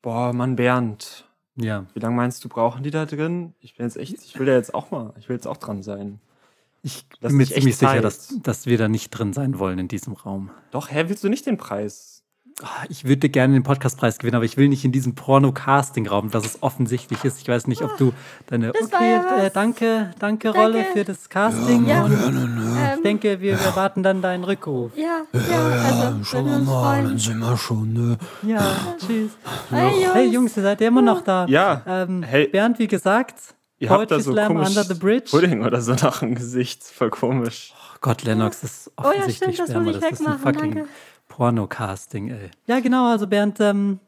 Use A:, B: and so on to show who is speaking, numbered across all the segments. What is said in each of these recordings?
A: Boah, Mann, Bernd.
B: Ja.
A: Wie lange meinst du, brauchen die da drin? Ich bin jetzt echt, ich will da jetzt auch mal, ich will jetzt auch dran sein.
B: Ich
A: Das
B: bin mir
A: ist echt
B: ziemlich sicher,
A: tight.
B: dass, dass wir da nicht drin sein wollen in diesem Raum.
A: Doch, hä, willst du nicht den Preis?
B: Ah, Ich würde gerne den Podcastpreis gewinnen, aber ich will nicht in diesem Porno-Casting-Raum, dass es offensichtlich ist. Ich weiß nicht, ob du deine
C: Das war
B: Okay,
C: ja was.
B: äh, danke, danke, Rolle für das Casting.
C: Ja,
B: und
D: Äh,
C: Ähm,
B: ich denke, wir erwarten dann deinen Rückruf.
C: ja, ja, also, wenn
D: Schauen
C: wir
D: wir
C: uns
D: mal, dann
C: freuen.
D: sind wir schon, ne?
B: Ja, tschüss.
C: Hey, Jungs.
B: Ah. Hey Jungs, ihr seid ja immer noch da.
A: Ja.
B: Ähm,
A: Hey.
B: Bernd, wie gesagt,
A: Ihr habt da
B: Poetry
A: so
B: Slam
A: komisch
B: Under the Bridge.
A: Pudding oder so nach dem Gesicht. Voll komisch.
B: Oh Gott, Lennox, das ist
C: Oh ja, stimmt,
B: offensichtlich
C: das muss
B: Sperma.
C: ich
B: Das ist ein
C: wegmachen,
B: fucking
C: danke.
B: Porno-Casting, ey. Ja, genau, also Bernd, ähm,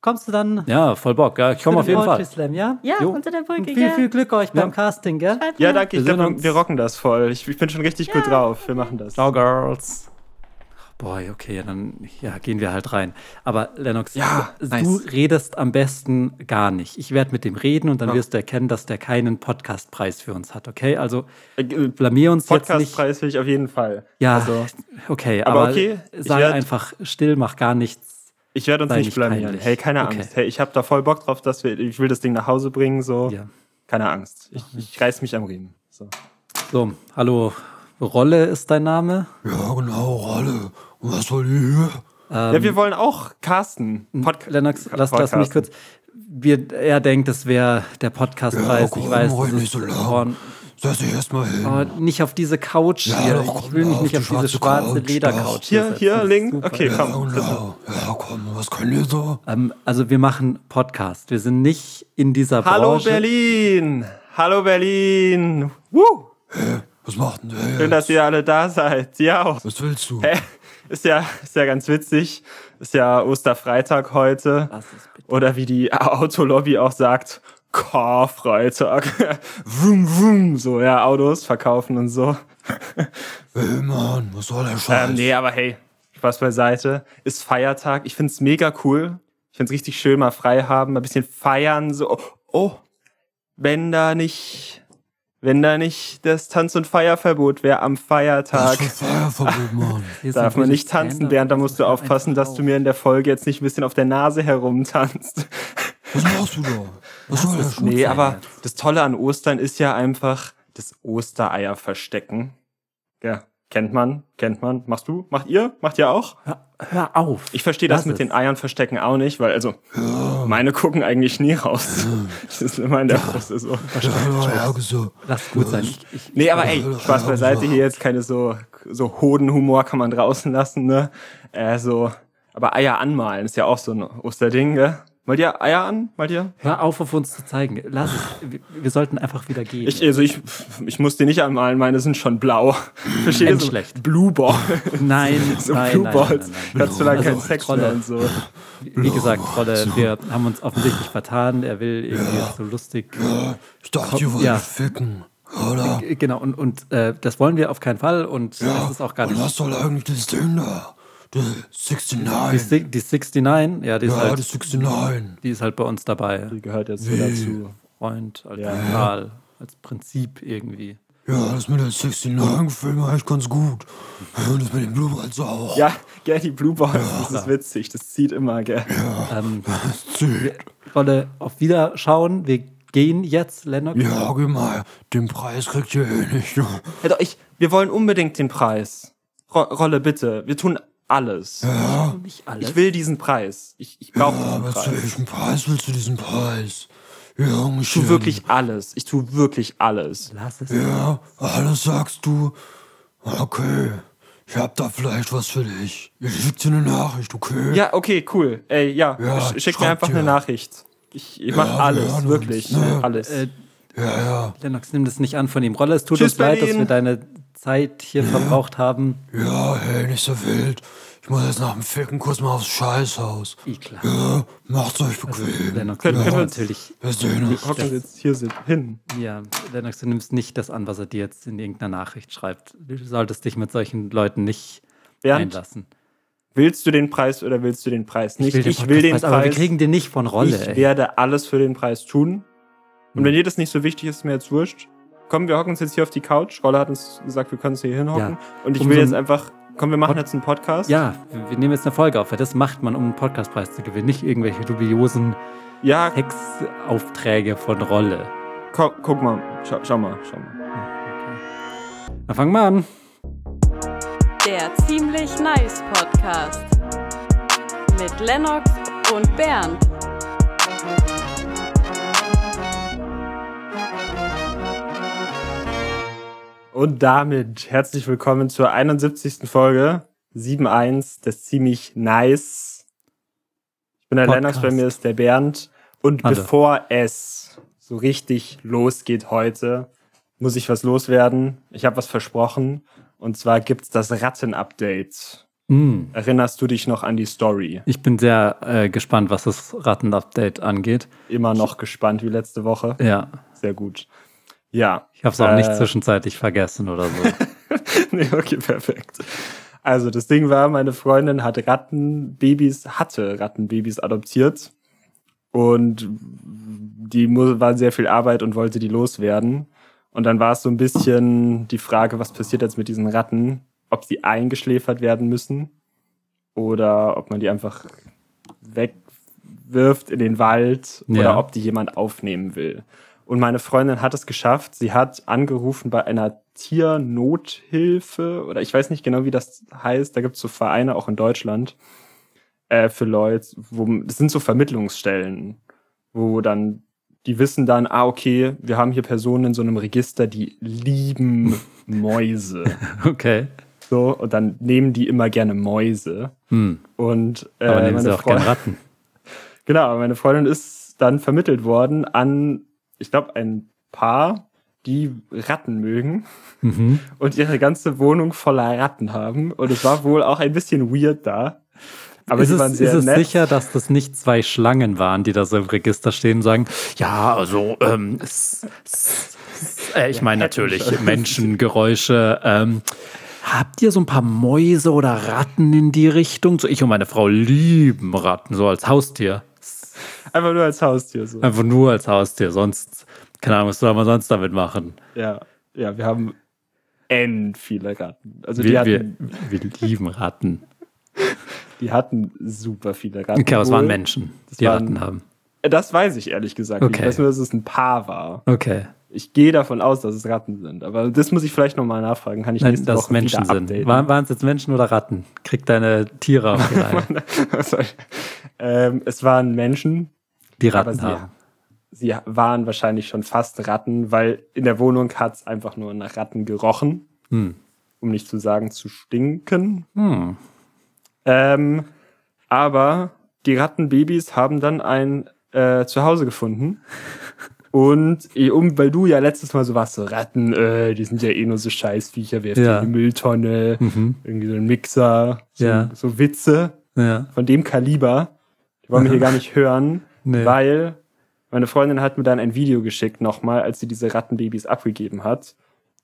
B: kommst du dann
E: Ja, voll Bock. Ja, ich komme
B: zu
E: auf
B: dem
E: jeden
B: Poetry
E: Fall.
B: Slam, ja?
C: Ja,
E: Jo.
C: unter der
B: Und
C: Brücke,
B: viel,
C: gell?
B: viel Glück euch beim Casting, gell?
A: Ja, danke, ich
E: Wir sehen
A: glaube,
E: uns.
A: wir rocken das voll. Ich, ich bin schon richtig gut drauf. Wir machen das.
E: Ciao, Girls.
B: Boy, okay, ja, dann ja, gehen wir halt rein. Aber Lennox,
A: Ja,
B: du
A: nice.
B: redest am besten gar nicht. Ich werde mit dem reden und dann wirst du erkennen, dass der keinen Podcastpreis für uns hat, okay? Also
A: Äh, äh,
B: blamier uns jetzt nicht.
A: Podcastpreis will ich auf jeden Fall.
B: Ja,
A: Also,
B: okay,
A: aber
B: aber,
A: okay, ich
B: sei
A: werd-
B: einfach still, mach gar nichts.
A: ich werde uns
B: Sei
A: nicht
B: nicht
A: blamieren.
B: peinlich.
A: Hey, keine
B: Okay.
A: Angst. Hey, ich habe da voll Bock drauf, dass wir, ich will das Ding nach Hause bringen, so.
B: Ja.
A: Keine Angst. Ich, ich reiß mich am Riemen. So.
B: So, hallo, Rolle ist dein Name?
D: Ja, genau, Rolle. Und was soll die hier?
A: ja, wir wollen auch casten. Podca
B: Ähm, Hm, Lennox, lass, lass
A: podcasten.
B: mich kurz. Wir, er denkt, es wäre der Podcastpreis.
D: komm,
B: ich weiß,
D: ruhig
B: das
D: nicht so
B: ist
D: lang.
B: Porn.
D: Setz dich erstmal hin.
B: Oh, nicht auf diese Couch
D: Ja,
B: hier.
D: doch,
B: ich will mich
D: auf
B: nicht
D: die
B: auf diese
D: schwarze
B: schwarze
D: Couch,
B: Ledercouch
D: doch.
A: Hier,
B: setzen.
A: hier, Link.
B: Super.
A: Okay,
D: ja,
A: komm.
D: genau. Ja, komm, was können die so?
B: Ähm, also wir machen Podcast. Wir sind nicht in dieser
A: Hallo
B: Branche.
A: Berlin! Hallo Berlin! Woo!
D: Was macht denn der
A: Schön,
D: jetzt?
A: dass ihr alle da seid. Ja, auch.
D: Was willst du?
A: Hä? Ist ja, ist ja ganz witzig. Ist ja Osterfreitag heute.
B: Lass es bitte.
A: Oder wie die Autolobby auch sagt, Karfreitag. vroom, vroom. So, ja, Autos verkaufen und so.
D: Hey, Mann, was soll der Scheiß?
A: Ähm, nee, aber hey, Spaß beiseite. Ist Feiertag. Ich find's mega cool. Ich find's richtig schön, mal frei haben, mal ein bisschen feiern. So, oh, wenn da nicht, wenn da nicht das Tanz- und Feierverbot wäre am
D: Das
A: Feiertag.
D: ist schon Feierverbot, Mann.
B: Hier
A: Darf
B: sind
A: man
B: diese
A: nicht tanzen,
B: Stand-up-
A: Bernd, da musst du aufpassen, dass du mir in der Folge jetzt nicht ein bisschen auf der Nase herumtanzt.
D: Was machst du da? Was soll der
B: es
D: Scheiß?
A: Nee,
B: sein
A: aber
B: jetzt.
A: das Tolle an Ostern ist ja einfach das Ostereier verstecken. Ja, kennt man, kennt man. Machst du? Macht ihr? Macht ihr auch?
B: Hör auf.
A: Ich verstehe das
B: Lass
A: mit
B: es.
A: den Eiern verstecken auch nicht, weil also meine gucken eigentlich nie raus. Das ist immer in der Hose so.
D: Ja, ja, ja, so.
B: Lass gut sein. Ich, ich,
A: Nee, aber ey, Spaß beiseite hier jetzt keine so so Hodenhumor kann man draußen lassen, ne? Äh, so, aber Eier anmalen ist ja auch so ein Osterding, gell? Malt ihr Eier an? Malt ihr?
B: hör auf, auf uns zu zeigen. Lass es. Wir, wir sollten einfach wieder gehen.
A: Ich, also ich, ich muss die nicht anmalen, meine sind schon blau. Verstehe so
B: Endschlecht.
A: Blue Ball.
B: nein,
A: So
B: nein,
A: Blue
B: nein, nein,
A: Balls.
B: nein, nein.
A: Ganz so lange
B: Also,
A: kein Sex
B: Trolle.
A: mehr und so.
B: Wie gesagt, Rolle, wir haben uns offensichtlich vertan. Er will irgendwie jetzt so lustig.
D: Ich dachte, ihr wollt
B: Ja.
D: mich ficken. Oder?
B: Äh, Genau, und, und äh, das wollen wir auf keinen Fall und das ist auch gar
D: Und
B: nicht.
D: was soll eigentlich das Ding da? Das 69.
B: Die, Si- die 69, ja, die ist,
D: ja,
B: halt,
D: das 69.
B: die ist halt bei uns dabei.
A: Die gehört jetzt so dazu.
B: Freund, als Moral, als Prinzip irgendwie.
D: Ja, das mit der 69 gefällt mir eigentlich ganz gut. Ja, Und das mit dem halt Blumenhals auch.
A: Ja, gell, die Blue Balls, das ist witzig, das zieht immer, gell.
B: Ähm,
D: Das zählt.
B: Rolle, auf Wiederschauen. Wir gehen jetzt, Lennox.
D: Ja, geh mal. Den Preis kriegt ihr eh nicht.
A: Ja, doch, ich, wir wollen unbedingt den Preis. Ro Rolle, bitte. Wir tun alles.
B: Nicht alles.
A: Ich will diesen Preis. Ich, ich brauche diesen
D: Aber zu
A: Preis.
D: welchem Preis willst du diesen Preis?
A: Ich
D: Jungchen.
A: tue wirklich alles. Ich tue wirklich alles.
B: Lass es.
D: Ja, alles sagst du. Okay. Ich hab da vielleicht was für dich. Ich schick dir eine Nachricht, okay?
A: Ja, okay, cool. Ey, ja,
D: Ja,
A: sch- schick mir
D: schreibt
A: einfach eine
D: ihr.
A: Nachricht. Ich, ich mach
D: Ja, wir
A: alles,
D: hören uns,
A: wirklich.
D: ne?
A: Alles.
B: Äh,
D: Ja, ja.
B: Lennox, nimm das nicht an von ihm. Rolle, es tut
A: Tschüss,
B: uns leid, dass
A: Berlin.
B: wir deine Zeit hier verbraucht haben.
D: Ja, hey, nicht so wild. Ich muss jetzt nach dem Ficken kurz mal aufs Scheißhaus.
B: Eklar.
D: Ja, macht's euch bequem.
B: Lennox,
A: Können-
B: du
A: können wir uns-
B: natürlich.
D: Wir sehen uns.
A: Hocken wir jetzt hier sind hin.
B: Ja, Lennox, du nimmst nicht das an, was er dir jetzt in irgendeiner Nachricht schreibt. Du solltest dich mit solchen Leuten nicht
A: Bernd,
B: einlassen.
A: willst du den Preis oder willst du den Preis nicht?
B: den
A: Ich will den,
B: Podcastpreis, aber wir
A: Preis.
B: kriegen den nicht von Rolle.
A: ich
B: ey. Hm.
A: werde alles für den Preis tun. Und wenn dir das nicht so wichtig ist, ist mir jetzt wurscht. Komm, wir hocken uns jetzt hier auf die Couch. Rolle hat uns gesagt, wir können uns hier hinhocken.
B: Ja.
A: Und ich
B: Um
A: will
B: so
A: jetzt
B: ein-
A: einfach Komm, wir machen jetzt einen Podcast.
B: Ja, wir wir nehmen jetzt eine Folge auf, weil das macht man, um einen Podcastpreis zu gewinnen. Nicht irgendwelche dubiosen
A: Ja,
B: Textaufträge von Rolle.
A: komm, guck mal. Schau, schau mal, schau mal.
B: Na, fangen wir an.
C: Der Ziemlich Nice Podcast. Mit Lennox und Bernd.
A: Und damit herzlich willkommen zur 71. Folge 7.1 des ziemlich nice. Ich bin der
B: Podcast.
A: Lennox, bei mir ist der Bernd. Und
B: Hallo.
A: bevor es so richtig losgeht heute, muss ich was loswerden. Ich habe was versprochen. Und zwar gibt's das Ratten-Update.
B: Mm.
A: Erinnerst du dich noch an die Story?
B: Ich bin sehr äh, gespannt, was das Ratten-Update angeht.
A: Immer noch gespannt wie letzte Woche.
B: Ja,
A: Sehr gut. Ja,
B: ich habe es auch nicht
A: Äh.
B: zwischenzeitlich vergessen oder so.
A: nee, okay, perfekt. Also das Ding war, meine Freundin hat Rattenbabys, hatte Rattenbabys adoptiert und die mu- war sehr viel Arbeit und wollte die loswerden. Und dann war es so ein bisschen die Frage, was passiert jetzt mit diesen Ratten? Ob sie eingeschläfert werden müssen oder ob man die einfach wegwirft in den Wald
B: Ja.
A: oder ob die jemand aufnehmen will. Und meine Freundin hat es geschafft. Sie hat angerufen bei einer Tiernothilfe oder ich weiß nicht genau, wie das heißt. Da gibt es so Vereine auch in Deutschland äh, für Leute, wo das sind so Vermittlungsstellen, wo dann die wissen dann, ah okay, wir haben hier Personen in so einem Register, die lieben Mäuse.
B: Okay.
A: So und dann nehmen die immer gerne Mäuse
B: Hm.
A: und äh,
B: Aber nehmen sie
A: meine
B: auch gerne
A: Freundin,
B: Ratten.
A: genau, aber meine Freundin ist dann vermittelt worden an, ich glaube, ein Paar, die Ratten mögen
B: Mhm.
A: und ihre ganze Wohnung voller Ratten haben. Und es war wohl auch ein bisschen weird da. Aber
B: ist
A: sie
B: es,
A: waren sehr
B: ist es
A: nett.
B: sicher, dass das nicht zwei Schlangen waren, die da so im Register stehen und sagen, ja, also, ähm, s, s, s, äh, ich meine natürlich Menschengeräusche. Ähm, habt ihr so ein paar Mäuse oder Ratten in die Richtung? So, ich und meine Frau lieben Ratten, so als Haustier.
A: Einfach nur als Haustier so.
B: Einfach nur als Haustier, sonst, keine Ahnung, was soll man sonst damit machen?
A: Ja, ja wir haben n viele Ratten. Also die
B: Wir, wir,
A: hatten,
B: wir lieben Ratten.
A: die hatten super viele Ratten.
B: Okay, aber es waren
A: wohl.
B: Menschen, die
A: waren-
B: Ratten haben.
A: Das weiß ich ehrlich gesagt. nicht. Ich
B: Okay.
A: weiß nur, dass es ein Paar war.
B: Okay.
A: Ich gehe davon aus, dass es Ratten sind. Aber das muss ich vielleicht nochmal nachfragen. Kann ich
B: Nein,
A: nächste
B: dass es
A: Woche
B: Menschen
A: wieder
B: sind.
A: updaten.
B: Waren es jetzt Menschen oder Ratten? Kriegt deine Tiere auf die Reihe,
A: Sorry. ähm, es waren Menschen,
B: die
A: aber
B: Ratten
A: sie,
B: haben.
A: sie waren wahrscheinlich schon fast Ratten, weil in der Wohnung hat es einfach nur nach Ratten gerochen,
B: Hm.
A: um nicht zu sagen zu stinken.
B: Hm.
A: Ähm, aber die Rattenbabys haben dann ein äh, Zuhause gefunden. Und eh, um, weil du ja letztes Mal so warst, so Ratten, äh, die sind ja eh nur so Scheißviecher, werft
B: Ja.
A: die in die Mülltonne,
B: Mhm.
A: irgendwie so ein Mixer, so,
B: Ja.
A: so Witze
B: Ja.
A: von dem Kaliber, die wollen wir hier gar nicht hören,
B: Nee.
A: weil meine Freundin hat mir dann ein Video geschickt nochmal, als sie diese Rattenbabys abgegeben hat.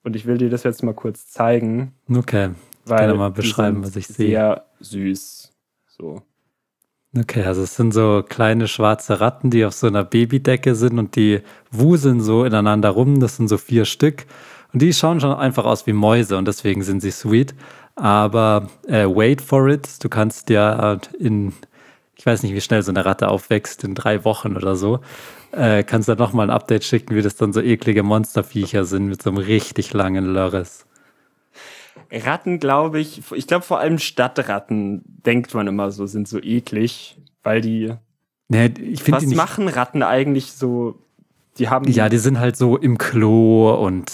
A: Und ich will dir das jetzt mal kurz zeigen,
B: Okay.
A: weil
B: ja mal
A: die
B: beschreiben,
A: sind
B: was ich sehe.
A: sehr süß. So.
B: Okay, also es sind so kleine schwarze Ratten, die auf so einer Babydecke sind und die wuseln so ineinander rum. Das sind so vier Stück. Und die schauen schon einfach aus wie Mäuse und deswegen sind sie sweet. Aber äh, wait for it, du kannst dir äh, in, ich weiß nicht, wie schnell so eine Ratte aufwächst, in drei Wochen oder so, äh, kannst dann nochmal ein Update schicken, wie das dann so eklige Monsterviecher sind mit so einem richtig langen Lörres.
A: Ratten, glaube ich, ich glaube vor allem Stadtratten, denkt man immer so, sind so eklig, weil die,
B: Nee, ich finde
A: was
B: die nicht
A: machen Ratten eigentlich so, die haben,
B: Ja, die sind halt so im Klo und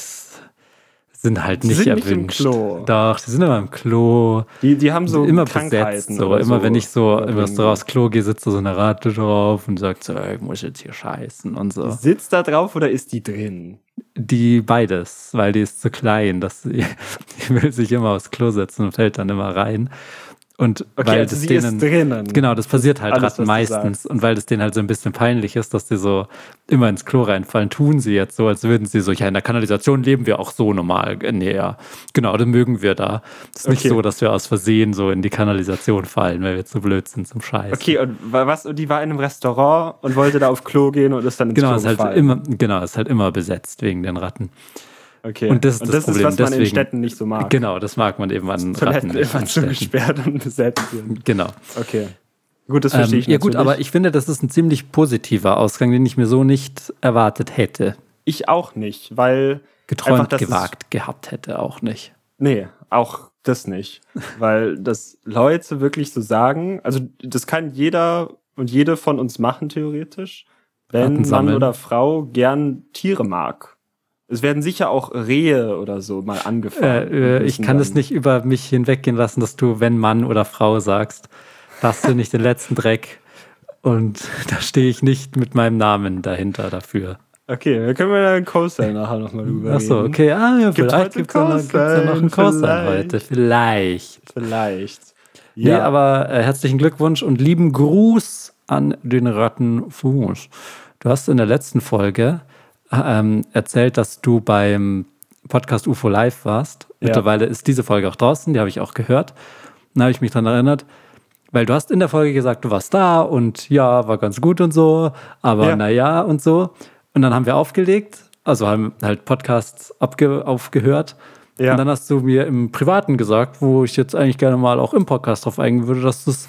B: sind halt
A: Die
B: nicht
A: sind nicht
B: erwünscht.
A: im Klo.
B: Doch, die sind immer im Klo.
A: die, die haben so
B: immer besetzt.
A: Krankheiten.
B: So.
A: oder
B: Immer wenn ich so im
A: Oder
B: Restaurant aufs Klo gehe, sitzt da so eine Ratte drauf und sagt so, "Ey, ich muss jetzt hier scheißen und so.
A: Sitzt da drauf oder ist die drin?
B: Die beides, weil die ist zu klein, dass sie, die will sich immer aufs Klo setzen und fällt dann immer rein. Und
A: Okay,
B: weil
A: also
B: das
A: sie
B: denen,
A: ist drinnen.
B: Genau, das passiert halt
A: alles,
B: Ratten
A: was du
B: meistens. Und weil das denen halt so ein bisschen peinlich ist, dass die so immer ins Klo reinfallen, tun sie jetzt so, als würden sie so, ja, in der Kanalisation leben wir auch so normal. Äh, Nee, ja. Genau, das mögen wir da. Es ist nicht
A: Okay.
B: so, dass wir aus Versehen so in die Kanalisation fallen, weil wir zu blöd sind zum Scheiß.
A: Okay, und wa- was? Und die war in einem Restaurant und wollte da auf Klo gehen und ist dann ins
B: Genau,
A: Klo
B: ist halt
A: gefallen.
B: immer, genau, ist halt immer besetzt wegen den Ratten.
A: Okay.
B: Und das ist das Problem.
A: was man in
B: Deswegen-
A: Städten nicht so mag.
B: Genau, das mag man eben an
A: Toiletten
B: nicht
A: immer
B: an Städten.
A: zugesperrt und besetzt sind.
B: Genau.
A: Okay. Gut, das
B: Ähm,
A: verstehe ich
B: ja gut,
A: natürlich.
B: aber ich finde, das ist ein ziemlich positiver Ausgang, den ich mir so nicht erwartet hätte.
A: ich auch nicht, weil
B: Geträumt,
A: dass es-
B: gewagt gehabt hätte auch nicht.
A: Nee, auch das nicht. Weil das Leute wirklich so sagen, also das kann jeder und jede von uns machen, theoretisch, wenn
B: Daten
A: Mann
B: sammeln.
A: oder Frau gern Tiere mag. Es werden sicher auch Rehe oder so mal angefangen.
B: Äh, äh, ich kann es nicht über mich hinweggehen lassen, dass du, wenn Mann oder Frau sagst, hast du nicht den letzten Dreck. Und da stehe ich nicht mit meinem Namen dahinter dafür.
A: Okay, dann können wir da einen Co-Sign nachher nochmal drüber reden.
B: Achso, okay. Ah, ja,
A: Gibt
B: vielleicht
A: Ähm, heute
B: gibt es ja noch, gibt's ja noch
A: Cosine,
B: einen Kursan
A: vielleicht.
B: heute. Vielleicht.
A: Vielleicht.
B: Nee, aber äh, herzlichen Glückwunsch und lieben Gruß an den Rattenfuß. Du hast in der letzten Folge ähm, erzählt, dass du beim Podcast UFO Live warst.
A: Ja.
B: Mittlerweile ist diese Folge auch draußen, die habe ich auch gehört. Dann habe ich mich daran erinnert, weil du hast in der Folge gesagt, du warst da und ja, war ganz gut und so, aber
A: Ja.
B: naja und so. Und dann haben wir aufgelegt, also haben halt Podcasts abge aufgehört.
A: Ja.
B: Und dann hast du mir im Privaten gesagt, wo ich jetzt eigentlich gerne mal auch im Podcast drauf eingehen würde, dass du es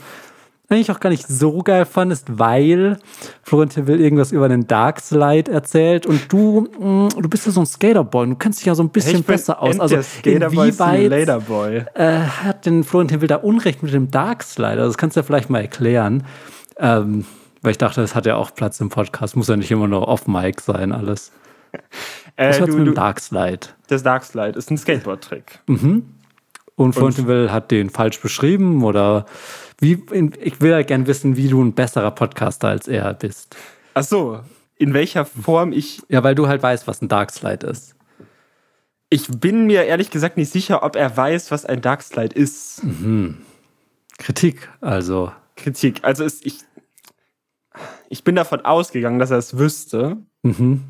B: eigentlich auch gar nicht so geil fandest, weil Florentin will irgendwas über den Dark Slide erzählt und du, mh, du bist ja so ein Skaterboy, und du kennst dich ja so ein bisschen besser aus. Also
A: Skaterboy
B: inwieweit
A: Simulatorboy.
B: äh, hat denn Florentin Will da Unrecht mit dem Dark Slide? Also das kannst du ja vielleicht mal erklären. Ähm, weil ich dachte, das hat ja auch Platz im Podcast. Muss ja nicht immer nur off-Mic sein, alles.
A: Äh,
B: Was hat's
A: du,
B: mit dem
A: du,
B: Dark Slide?
A: das Darkslide ist ein Skateboard-Trick.
B: Und Fontenville hat den falsch beschrieben oder wie, ich will ja gern wissen, wie du ein besserer Podcaster als er bist.
A: Ach so, in welcher Form ich
B: Ja, weil du halt weißt, was ein Darkslide ist.
A: Ich bin mir ehrlich gesagt nicht sicher, ob er weiß, was ein Darkslide ist.
B: Hm. Kritik, also.
A: Kritik. Also es, ich, ich bin davon ausgegangen, dass er es wüsste.
B: Mhm.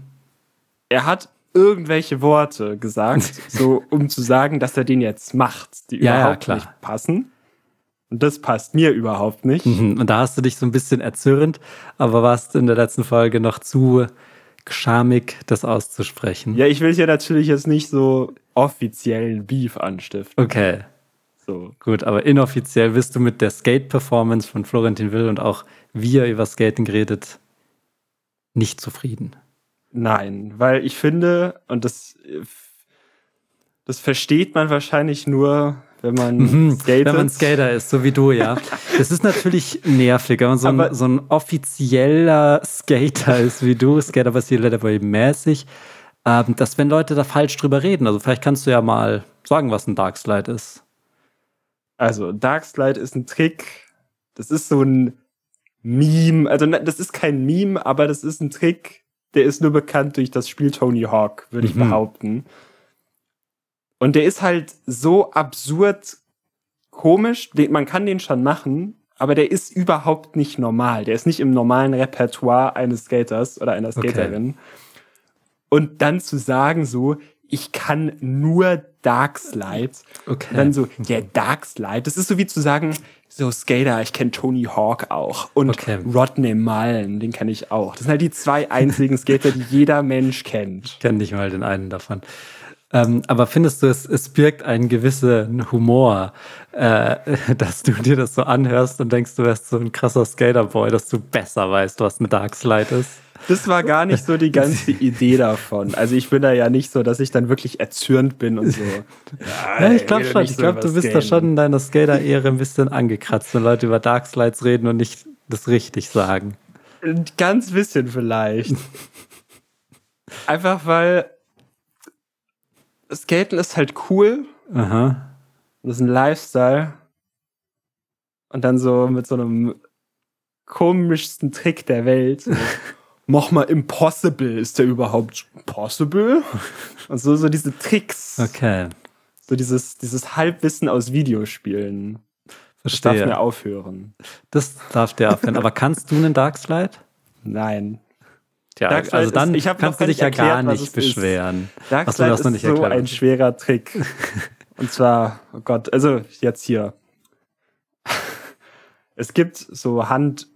A: Er hat irgendwelche Worte gesagt, so um zu sagen, dass er den jetzt macht, die
B: Ja, ja,
A: überhaupt
B: klar.
A: nicht passen. Und das passt mir überhaupt nicht.
B: Mhm. Und da hast du dich so ein bisschen erzürnt, aber warst in der letzten Folge noch zu schamig, das auszusprechen.
A: Ja, ich will hier natürlich jetzt nicht so offiziellen Beef anstiften.
B: Okay,
A: So.
B: gut, aber inoffiziell bist du mit der Skate-Performance von Florentin Will und auch wie er über Skaten geredet, nicht zufrieden.
A: Nein, weil ich finde, und das, äh, f- das versteht man wahrscheinlich nur, wenn man
B: Mhm,
A: skatet.
B: Wenn man Skater ist, so wie du, ja. Das ist natürlich nervig, wenn man so ein,
A: Aber-
B: so ein offizieller Skater ist wie du, Skater was hier Letterboy mäßig, ähm, dass wenn Leute da falsch drüber reden, also vielleicht kannst du ja mal sagen, was ein Darkslide ist.
A: Also, Darkslide ist ein Trick. Das ist so ein Meme. Also, ne, das ist kein Meme, aber das ist ein Trick, der ist nur bekannt durch das Spiel Tony Hawk, würde ich
B: Mhm.
A: behaupten. Und der ist halt so absurd komisch. Den, man kann den schon machen, aber der ist überhaupt nicht normal. Der ist nicht im normalen Repertoire eines Skaters oder einer
B: Okay.
A: Skaterin. Und dann zu sagen so, ich kann nur Darkslide.
B: Okay.
A: Und dann so, ja, Darkslide. Das ist so wie zu sagen, so Skater, ich kenne Tony Hawk auch. Und
B: Okay.
A: Rodney Mullen, den kenne ich auch. Das sind halt die zwei einzigen Skater, die jeder Mensch kennt.
B: Ich kenne nicht mal den einen davon. Ähm, aber findest du, es, es birgt einen gewissen Humor, äh, dass du dir das so anhörst und denkst, du wärst so ein krasser Skaterboy, dass du besser weißt, was ein Darkslide ist?
A: Das war gar nicht so die ganze Idee davon. Also ich bin da ja nicht so, dass ich dann wirklich erzürnt bin und so.
B: Ja, ich glaube
A: rede
B: schon.
A: nicht
B: Ich
A: so
B: glaube,
A: übers
B: du bist da
A: Gamen.
B: schon in deiner Skater-Ehre ein bisschen angekratzt, wenn Leute über Darkslides reden und nicht das richtig sagen.
A: Ein ganz bisschen vielleicht. Einfach weil Skaten ist halt cool.
B: Aha.
A: Das ist ein Lifestyle. Und dann so mit so einem komischsten Trick der Welt. so, Mach mal impossible. Ist der überhaupt possible? Und so, so diese Tricks.
B: Okay.
A: So dieses, dieses Halbwissen aus Videospielen. Das darf mir
B: Verstehe.
A: aufhören.
B: Das darf dir aufhören. Aber kannst du einen Darkslide?
A: Nein.
B: Ja,
A: Darkslide
B: also
A: ist-
B: dann
A: ich hab
B: kannst du
A: noch gar
B: dich
A: nicht
B: ja gar
A: erklärt, was
B: nicht
A: es ist.
B: beschweren. Ach so, du
A: Darkslide
B: hast noch
A: ist
B: nicht
A: so
B: erklärt,
A: ein
B: was-
A: schwerer Trick. Und zwar, oh Gott, also jetzt hier. Es gibt so Hand,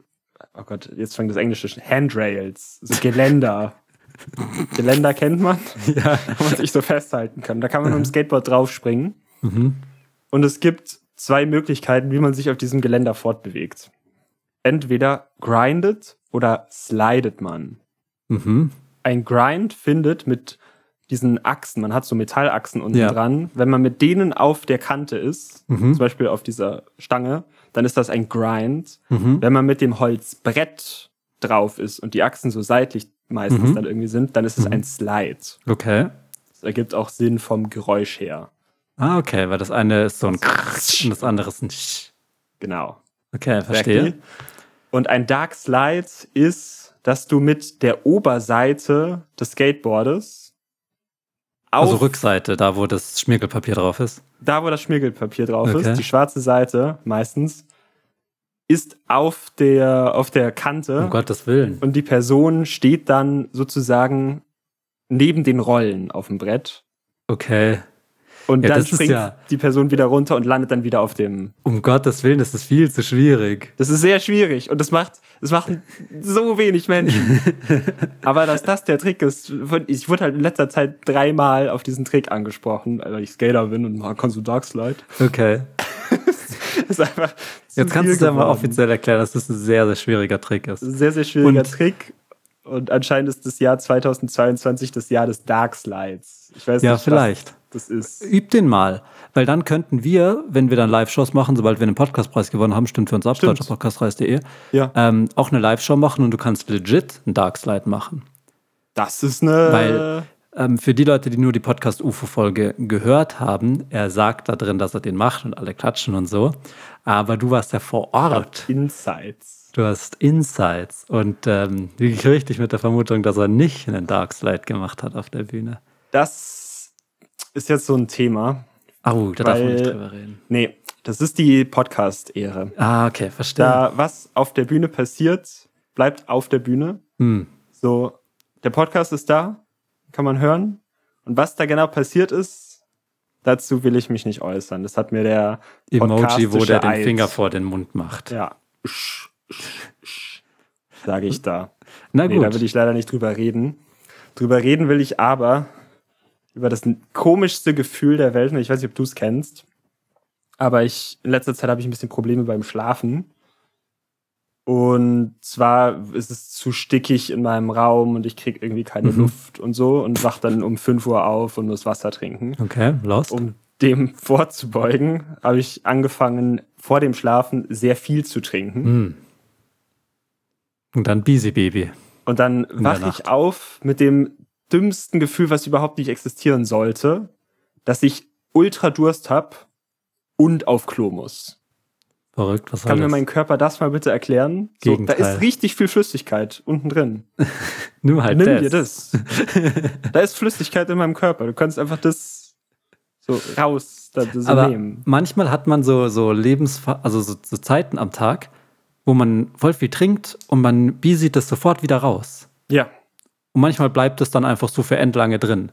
A: oh Gott, jetzt fängt das Englische schon, Handrails, so Geländer. Die Länder kennt man, wo man sich so festhalten kann. Da kann man mit dem Skateboard draufspringen.
B: Mhm.
A: Und es gibt zwei Möglichkeiten, wie man sich auf diesem Geländer fortbewegt. Entweder grindet oder slidet man
B: Mhm.
A: ein Grind findet mit diesen Achsen, man hat so Metallachsen unten
B: Ja.
A: dran, wenn man mit denen auf der Kante ist,
B: Mhm.
A: zum Beispiel auf dieser Stange, dann ist das ein Grind.
B: Mhm.
A: Wenn man mit dem Holzbrett drauf ist und die Achsen so seitlich meistens
B: Mhm.
A: dann irgendwie sind, dann ist es ein Slide.
B: Okay.
A: Das ergibt auch Sinn vom Geräusch her.
B: Ah, okay, weil das eine ist so ein und das andere ist ein Sch.
A: Genau.
B: Okay,
A: Merkt
B: verstehe.
A: ihr? Und ein Dark Slide ist, dass du mit der Oberseite des Skateboardes
B: Also
A: auf
B: Rückseite, da wo das Schmirgelpapier drauf ist.
A: da wo das Schmirgelpapier drauf
B: Okay.
A: ist, die schwarze Seite meistens, ist auf der, auf der Kante
B: Um Gottes Willen.
A: und die Person steht dann sozusagen neben den Rollen auf dem Brett.
B: Okay.
A: Und
B: Ja,
A: dann
B: das ist
A: springt
B: ja-
A: die Person wieder runter und landet dann wieder auf dem.
B: Um Gottes Willen, das ist viel zu schwierig.
A: Das ist sehr schwierig und das macht, das machen so wenig Menschen. Aber dass das der Trick ist, ich wurde halt in letzter Zeit dreimal auf diesen Trick angesprochen, weil ich Skater bin und man kann so Darkslide.
B: Okay.
A: Das ist einfach zu
B: Jetzt kannst
A: viel
B: du es ja mal
A: geworden.
B: offiziell erklären, dass das ein sehr, sehr schwieriger Trick ist.
A: sehr, sehr schwieriger
B: Und-
A: Trick. Und anscheinend ist das Jahr 2022 das Jahr des Darkslides. Ich weiß
B: Ja,
A: nicht,
B: vielleicht.
A: was das ist.
B: Üb den mal, weil dann könnten wir, wenn wir dann Live-Shows machen, sobald wir einen Podcastpreis gewonnen haben, stimmt für uns ab,
A: Stimmt.
B: deutscherpodcastpreis.de,
A: Ja.
B: ähm, auch eine Live-Show machen und du kannst legit einen Darkslide machen.
A: Das ist eine.
B: Weil ähm, für die Leute, die nur die Podcast-UFO-Folge gehört haben, er sagt da drin, dass er den macht und alle klatschen und so. Aber du warst ja vor Ort.
A: Insights.
B: Du hast Insights und ähm, liege ich richtig mit der Vermutung, dass er nicht einen Darkslide gemacht hat auf der Bühne.
A: Das ist jetzt so ein Thema.
B: Au, Ah, uh, da darf man
A: Weil-
B: nicht drüber reden.
A: Nee, das ist die Podcast-Ehre.
B: Ah, okay, verstehe.
A: Da, was auf der Bühne passiert, bleibt auf der Bühne.
B: Hm.
A: So, der Podcast ist da, kann man hören. Und was da genau passiert ist, dazu will ich mich nicht äußern. Das hat mir der
B: Emoji, wo
A: podcastische
B: der den
A: Eid-
B: Finger vor den Mund macht.
A: Ja. Sage ich da.
B: Na
A: Nee,
B: gut.
A: da will ich leider nicht drüber reden. Drüber reden will ich aber über das komischste Gefühl der Welt. Und ich weiß nicht, ob du es kennst. Aber ich, in letzter Zeit habe ich ein bisschen Probleme beim Schlafen. Und zwar ist es zu stickig in meinem Raum und ich kriege irgendwie keine
B: Mhm.
A: Luft und so und wach dann um 5 Uhr auf und muss Wasser trinken.
B: okay, lost.
A: Um dem vorzubeugen, habe ich angefangen, vor dem Schlafen sehr viel zu trinken.
B: Hm. Und dann Busy Baby.
A: Und dann
B: der
A: wache ich
B: Nacht.
A: auf mit dem dümmsten Gefühl, was überhaupt nicht existieren sollte, dass ich ultra Durst habe und auf Klo muss.
B: Verrückt, was soll
A: Kann mir
B: das?
A: mein Körper das mal bitte erklären? So, da
B: Gegenteil.
A: ist richtig viel Flüssigkeit unten drin.
B: Nimm halt
A: Nimm
B: das.
A: dir das. da ist Flüssigkeit in meinem Körper. Du kannst einfach das so raus, da, so
B: Aber
A: nehmen.
B: manchmal hat man so, so Lebens, also so, so Zeiten am Tag, wo man voll viel trinkt und man busy das sofort wieder raus.
A: Ja.
B: Und manchmal bleibt es dann einfach so für endlange drin.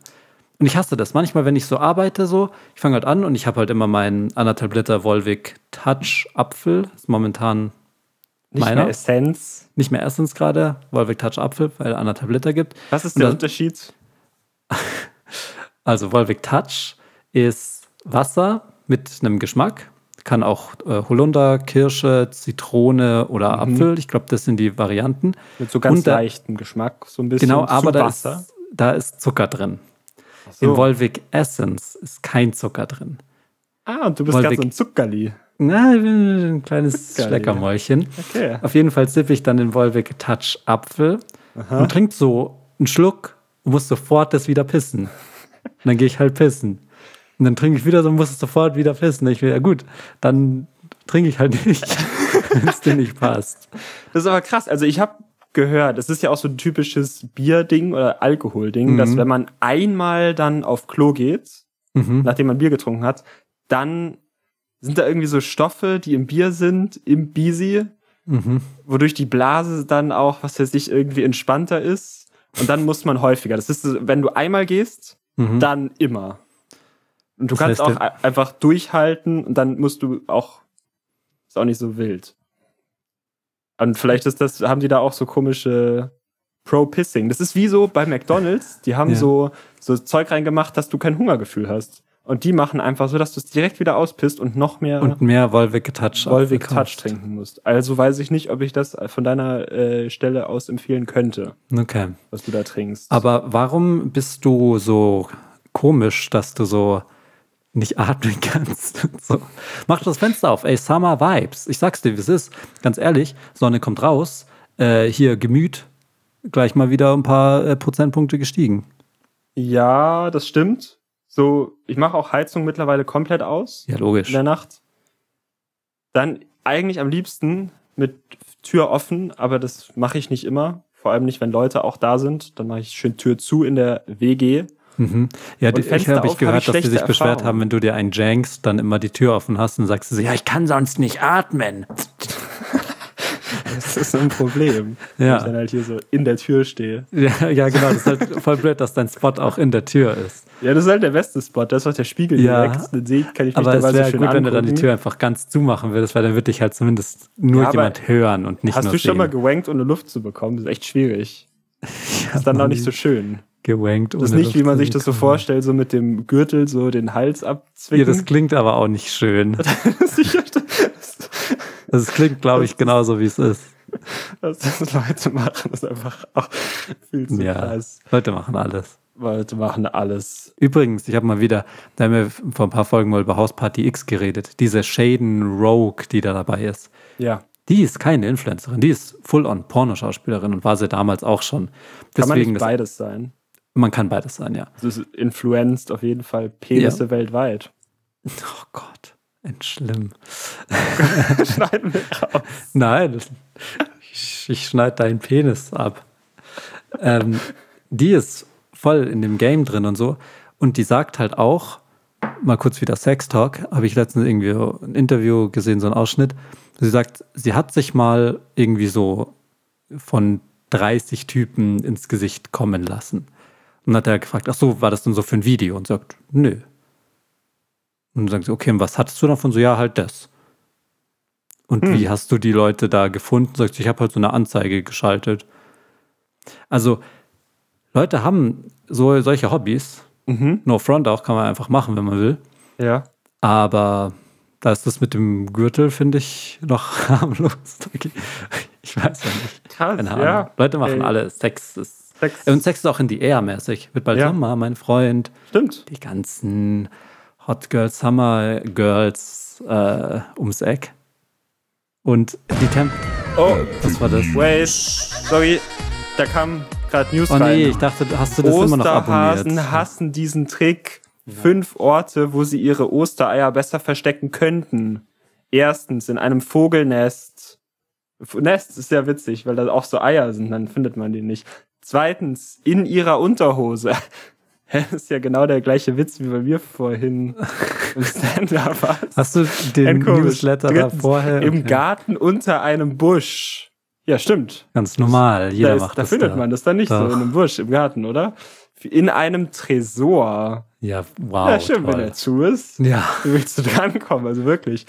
B: Und ich hasse das. Manchmal, wenn ich so arbeite, so, ich fange halt an und ich habe halt immer meinen anderthalb Liter Volvic Touch Apfel. Ist momentan
A: Nicht
B: Meiner?
A: mehr Essenz.
B: nicht mehr erstens gerade, Volvic Touch Apfel, weil er anderthalb Liter gibt.
A: Was ist
B: Und
A: der
B: das-
A: Unterschied?
B: Also Volvic Touch ist Wasser mit einem Geschmack. Kann auch äh, Holunder, Kirsche, Zitrone oder Apfel. Ich glaube, das sind die Varianten.
A: Mhm. Mit so ganz
B: Und da-
A: leichtem Geschmack, so ein bisschen
B: Genau,
A: zu
B: aber da ist,
A: Wasser.
B: da ist Zucker drin.
A: Ach
B: In
A: so.
B: Volvic Essence ist kein Zucker drin.
A: Ah, und du bist
B: Wolwig-
A: ganz so ein Zuckerli.
B: Na, ich bin ein kleines
A: Geil,
B: Schleckermäulchen.
A: Okay.
B: Auf jeden Fall sippe ich dann den Volvic Touch Apfel und trinkt so einen Schluck und muss sofort das wieder pissen. Und dann gehe ich halt pissen. Und dann trinke ich wieder so und muss sofort wieder pissen. Ich will, ja gut, dann trinke ich halt nicht, wenn es dir nicht passt.
A: Das ist aber krass. Also ich habe gehört, es ist ja auch so ein typisches Bierding oder Alkoholding, dass wenn man einmal dann auf Klo geht, nachdem man Bier getrunken hat, dann sind da irgendwie so Stoffe, die im Bier sind, im Bisi, wodurch die Blase dann auch, was weiß ich, irgendwie entspannter ist. Und dann muss man häufiger. Das ist, so, wenn du einmal gehst, dann immer. Und du
B: Hm? Das
A: kannst
B: heißt,
A: auch ein- einfach durchhalten und dann musst du auch, ist auch nicht so wild. Und vielleicht ist das, haben die da auch so komische Pro-Pissing. Das ist wie so bei McDonalds, die haben
B: Ja.
A: so, so Zeug reingemacht, dass du kein Hungergefühl hast. Und die machen einfach so, dass du es direkt wieder auspisst und noch mehr
B: Und mehr Volvic Touch.
A: Volvic Touch
B: aufgekauft.
A: trinken musst. Also weiß ich nicht, ob ich das von deiner äh, Stelle aus empfehlen könnte,
B: Okay.
A: was du da trinkst.
B: Aber warum bist du so komisch, dass du so nicht atmen kannst? so. Mach das Fenster auf, ey, Summer Vibes. Ich sag's dir, wie es ist. Ganz ehrlich, Sonne kommt raus, äh, hier Gemüt gleich mal wieder ein paar äh, Prozentpunkte gestiegen.
A: Ja, das stimmt. So, ich mache auch Heizung mittlerweile komplett aus
B: Ja, logisch.
A: in der Nacht. Dann eigentlich am liebsten mit Tür offen, aber das mache ich nicht immer. Vor allem nicht, wenn Leute auch da sind. Dann mache ich schön Tür zu in der WG.
B: Mhm. Ja,
A: Und
B: die, ich
A: Fenster
B: habe
A: auf
B: ich
A: hab
B: gehört,
A: ich
B: dass die
A: schlechte
B: sich beschwert
A: Erfahrungen.
B: haben, wenn du dir einen jankst, dann immer die Tür offen hast und sagst, so, ja, ich kann sonst nicht atmen.
A: Das ist ein Problem.
B: Ja.
A: Wenn ich dann halt hier so in der Tür stehe.
B: Ja, ja genau. Das ist halt voll blöd, dass dein Spot auch in der Tür ist.
A: Ja, das ist halt der beste Spot. Das ist auch der Spiegel
B: Ja.
A: direkt. Den sehe ich, kann ich mich
B: Aber
A: dabei
B: es
A: so
B: wäre
A: schön
B: gut, wenn du dann die
A: angucken.
B: Tür einfach ganz zumachen würdest, weil dann würde dich halt zumindest nur
A: Ja, aber
B: jemand hören und nicht
A: Hast
B: nur
A: du schon
B: sehen.
A: mal gewankt, ohne Luft zu bekommen? Das ist echt schwierig. ist dann auch nicht so schön.
B: gewankt?
A: Das ist
B: ohne
A: nicht, wie
B: Luft
A: man
B: zu
A: sich das so
B: bekommen.
A: vorstellt, so mit dem Gürtel so den Hals abzwicken.
B: Ja, das klingt aber auch nicht schön. Das klingt, glaube ich, genauso, wie es ist.
A: dass das Leute machen, das ist einfach auch viel zu
B: Ja,
A: krass.
B: Leute machen alles.
A: Leute machen alles.
B: Übrigens, ich habe mal wieder, da haben wir vor ein paar Folgen mal über Hausparty X geredet. Diese Shaden Rogue, die da dabei ist.
A: Ja.
B: Die ist keine Influencerin, die ist full-on Pornoschauspielerin und war sie damals auch schon.
A: Kann man
B: Deswegen,
A: nicht
B: das,
A: beides sein.
B: man kann beides sein, ja.
A: Das ist influenced auf jeden Fall Penisse weltweit.
B: Oh Gott, ein schlimm.
A: Schneiden wir raus.
B: Nein, das- ich, ich schneide deinen Penis ab. Ähm, die ist voll in dem Game drin und so. Und die sagt halt auch, mal kurz wieder Sex Talk, habe ich letztens irgendwie ein Interview gesehen, so einen Ausschnitt. Sie sagt, sie hat sich mal irgendwie so von 30 Typen ins Gesicht kommen lassen. Und dann hat er gefragt, ach so, war das denn so für ein Video? Und sagt, nö. Und dann sagt sie, okay, und was hattest du davon? So, ja, halt das. Und
A: Hm.
B: wie hast du die Leute da gefunden? Sagt sie, ich habe halt so eine Anzeige geschaltet. Also, Leute haben so, solche Hobbys. No front auch, kann man einfach machen, wenn man will.
A: Ja.
B: Aber da ist das mit dem Gürtel, finde ich, noch harmlos. Okay. Ich weiß ja nicht.
A: Krass,
B: Keine Ahnung.
A: ja.
B: Leute machen
A: Ey.
B: alle Sex. Ist,
A: Sex.
B: Und Sex ist auch in die Air mäßig. Wird bald
A: Ja.
B: Sommer, mein Freund.
A: Stimmt.
B: Die ganzen Hot Girls, Summer Girls äh, ums Eck. Und die Temp.
A: Oh,
B: Was war das?
A: wait. Sorry. Da kam gerade News
B: Oh nee,
A: rein.
B: ich dachte, hast du das immer noch abonniert?
A: Osterhasen hassen diesen Trick. Fünf Orte, wo sie ihre Ostereier besser verstecken könnten. Erstens in einem Vogelnest. F- Nest ist sehr witzig, weil da auch so Eier sind, dann findet man die nicht. Zweitens in ihrer Unterhose. Hä, Das ist ja genau der gleiche Witz wie bei mir vorhin im Stand-up. war's.
B: Hast du den
A: Ein komisch.
B: Newsletter da
A: Drittens,
B: vorher?
A: Im
B: Okay.
A: Garten unter einem Busch. Ja, stimmt
B: Ganz normal, jeder
A: da ist,
B: macht
A: da
B: das.
A: findet
B: da.
A: man das dann nicht so
B: Doch.
A: in einem Busch im Garten, oder? In einem Tresor.
B: Ja, wow.
A: ja, schön, wenn
B: toll.
A: er zu ist.
B: Ja,
A: Wie willst du drankommen? Also wirklich.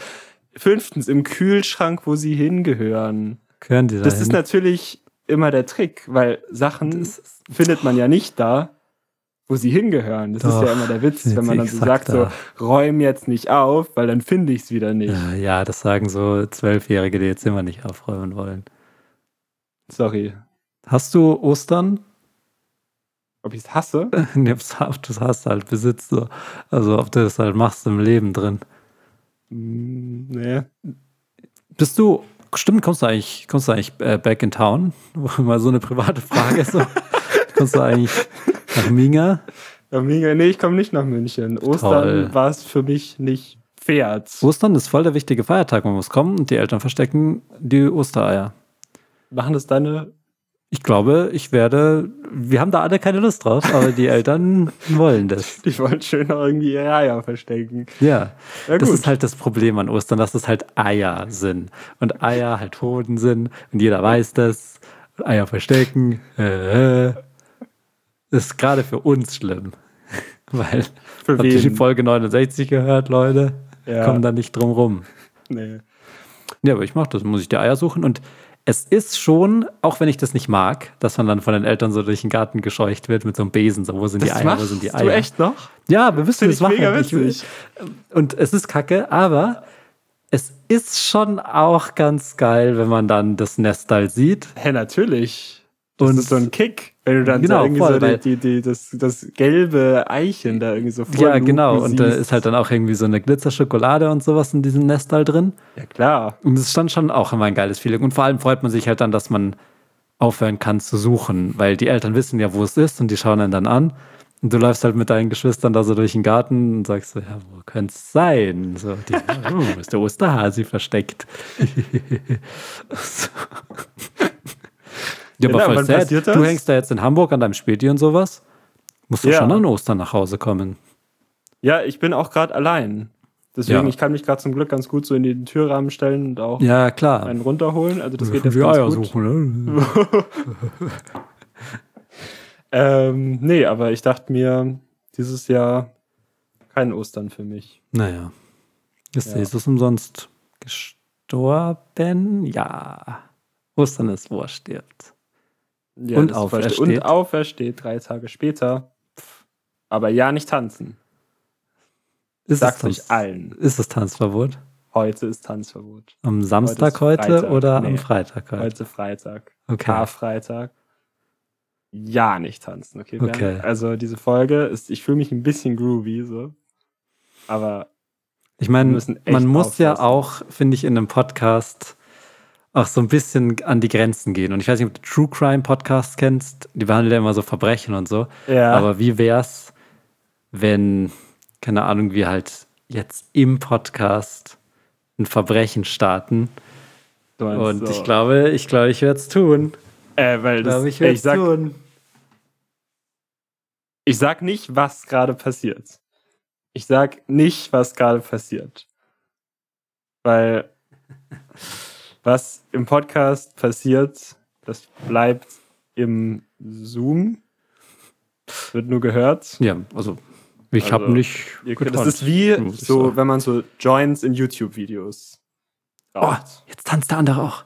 A: Fünftens, im Kühlschrank, wo sie hingehören.
B: können die
A: Das
B: dahin?
A: ist natürlich immer der Trick, weil Sachen
B: Das ist-
A: findet man ja nicht da, wo sie hingehören. Das
B: Doch,
A: ist ja immer der Witz,
B: findet
A: wenn man
B: sie
A: dann so sagt,
B: exakt
A: so, räum jetzt nicht auf, weil dann finde ich es wieder nicht.
B: Ja, ja, das sagen so Zwölfjährige, die jetzt immer nicht aufräumen wollen.
A: Sorry.
B: Hast du Ostern?
A: Ob ich es hasse?
B: Nee, ob's- ob du es hast, halt besitzt so. Also ob du das halt machst im Leben drin.
A: Hm, nee.
B: Bist du, stimmt, kommst du eigentlich, kommst du eigentlich äh, back in town? Mal so eine private Frage. So. kommst du eigentlich nach Minga?
A: Ja, mega. Nee, ich komme nicht nach München. Ostern war es für mich nicht Pferd.
B: Ostern ist voll der wichtige Feiertag. Man muss kommen und die Eltern verstecken die Ostereier.
A: Machen das deine.
B: Ich glaube, ich werde, wir haben da alle keine Lust drauf, aber die Eltern wollen das.
A: Ich wollte schön noch irgendwie ihre Eier verstecken.
B: Ja.
A: Ja,
B: das
A: gut.
B: ist halt das Problem an Ostern, dass es halt Eier sind. Und Eier halt Hoden sind. Und jeder weiß das. Und Eier verstecken. Äh, äh. ist gerade für uns schlimm. Weil,
A: Für
B: habt ihr die
A: wen?
B: Folge 69 gehört, Leute?
A: Ja.
B: Kommen da nicht drum rum.
A: Nee.
B: Ja, aber ich mache das. Muss ich die Eier suchen und es ist schon, auch wenn ich das nicht mag, dass man dann von den Eltern so durch den Garten gescheucht wird mit so einem Besen, so wo sind die Eier, wo sind die Eier.
A: du echt noch?
B: Ja, wir müssen
A: Find
B: das
A: ich
B: machen.
A: mega
B: Ich will-
A: witzig.
B: Und es ist kacke, aber es ist schon auch ganz geil, wenn man dann das Nest halt sieht.
A: Hä, natürlich. Das
B: Und-
A: ist so ein Kick, wenn du dann
B: Genau,
A: so irgendwie
B: voll,
A: so
B: weil-
A: die, die, die, das, das gelbe Eichen da irgendwie so
B: Ja,
A: vorlupen
B: genau. Und da
A: siehst.
B: ist halt dann auch irgendwie so eine Glitzerschokolade und sowas in diesem Nest halt drin.
A: Ja, klar.
B: Und es stand schon auch immer ein geiles Feeling. Und vor allem freut man sich halt dann, dass man aufhören kann zu suchen, weil die Eltern wissen ja, wo es ist und die schauen einen dann an. Und du läufst halt mit deinen Geschwistern da so durch den Garten und sagst so, ja, wo könnte es sein? So, die, oh, ist der Osterhasi versteckt. so. Ja, aber
A: Ja,
B: voll
A: wann
B: sad.
A: passiert das?
B: Du hängst da jetzt in Hamburg an deinem Späti und sowas. Musst du
A: Ja.
B: schon an Ostern nach Hause kommen.
A: Ja, ich bin auch gerade allein. Deswegen,
B: Ja.
A: ich kann mich gerade zum Glück ganz gut so in den Türrahmen stellen und auch
B: Ja, klar.
A: einen runterholen. Also das geht jetzt
B: Die
A: ganz
B: Eier
A: gut.
B: suchen. Ne?
A: Ähm, nee, aber ich dachte mir, dieses Jahr kein Ostern für mich.
B: Naja. Ist
A: Ja.
B: Jesus umsonst gestorben? Ja. Ostern ist, wo er stirbt.
A: Ja,
B: Und
A: das ist voll-
B: aufersteht.
A: Und aufersteht drei Tage später. Pff. Aber ja, nicht tanzen.
B: Ist
A: Sag's
B: Tanz-
A: euch allen.
B: Ist es Tanzverbot?
A: Heute ist Tanzverbot.
B: Am Samstag
A: Heute
B: heute,
A: ist Freitag.
B: oder am
A: Nee.
B: Freitag heute?
A: Heute Freitag.
B: Okay.
A: Karfreitag. Ja, nicht tanzen, okay? Bernd?
B: Okay.
A: Also diese Folge ist, ich fühle mich ein bisschen groovy, so. Aber
B: Ich meine,
A: müssen echt
B: man muss ja
A: aufpassen.
B: auch, finde ich, in einem Podcast auch so ein bisschen an die Grenzen gehen. Und ich weiß nicht, ob du True Crime Podcasts kennst. Die behandeln ja immer so Verbrechen und so.
A: ja,
B: Aber wie wär's, wenn, keine Ahnung, wir halt jetzt im Podcast ein Verbrechen starten?
A: du meinst
B: Und
A: so.
B: ich glaube, ich glaube, ich werde es tun.
A: äh, weil das,
B: Glaube,
A: ich,
B: ich werd's
A: ich, sag,
B: tun.
A: ich sag nicht, was gerade passiert. Ich sag nicht, was gerade passiert. Weil was im Podcast passiert, das bleibt im Zoom. Es wird nur gehört.
B: Ja, also ich
A: Also,
B: habe nicht
A: Ihr könnt,
B: getanzt,
A: das ist wie
B: muss ich
A: so,
B: sagen.
A: wenn man so Joints in YouTube-Videos
B: Oh,
A: braucht.
B: jetzt tanzt der andere auch.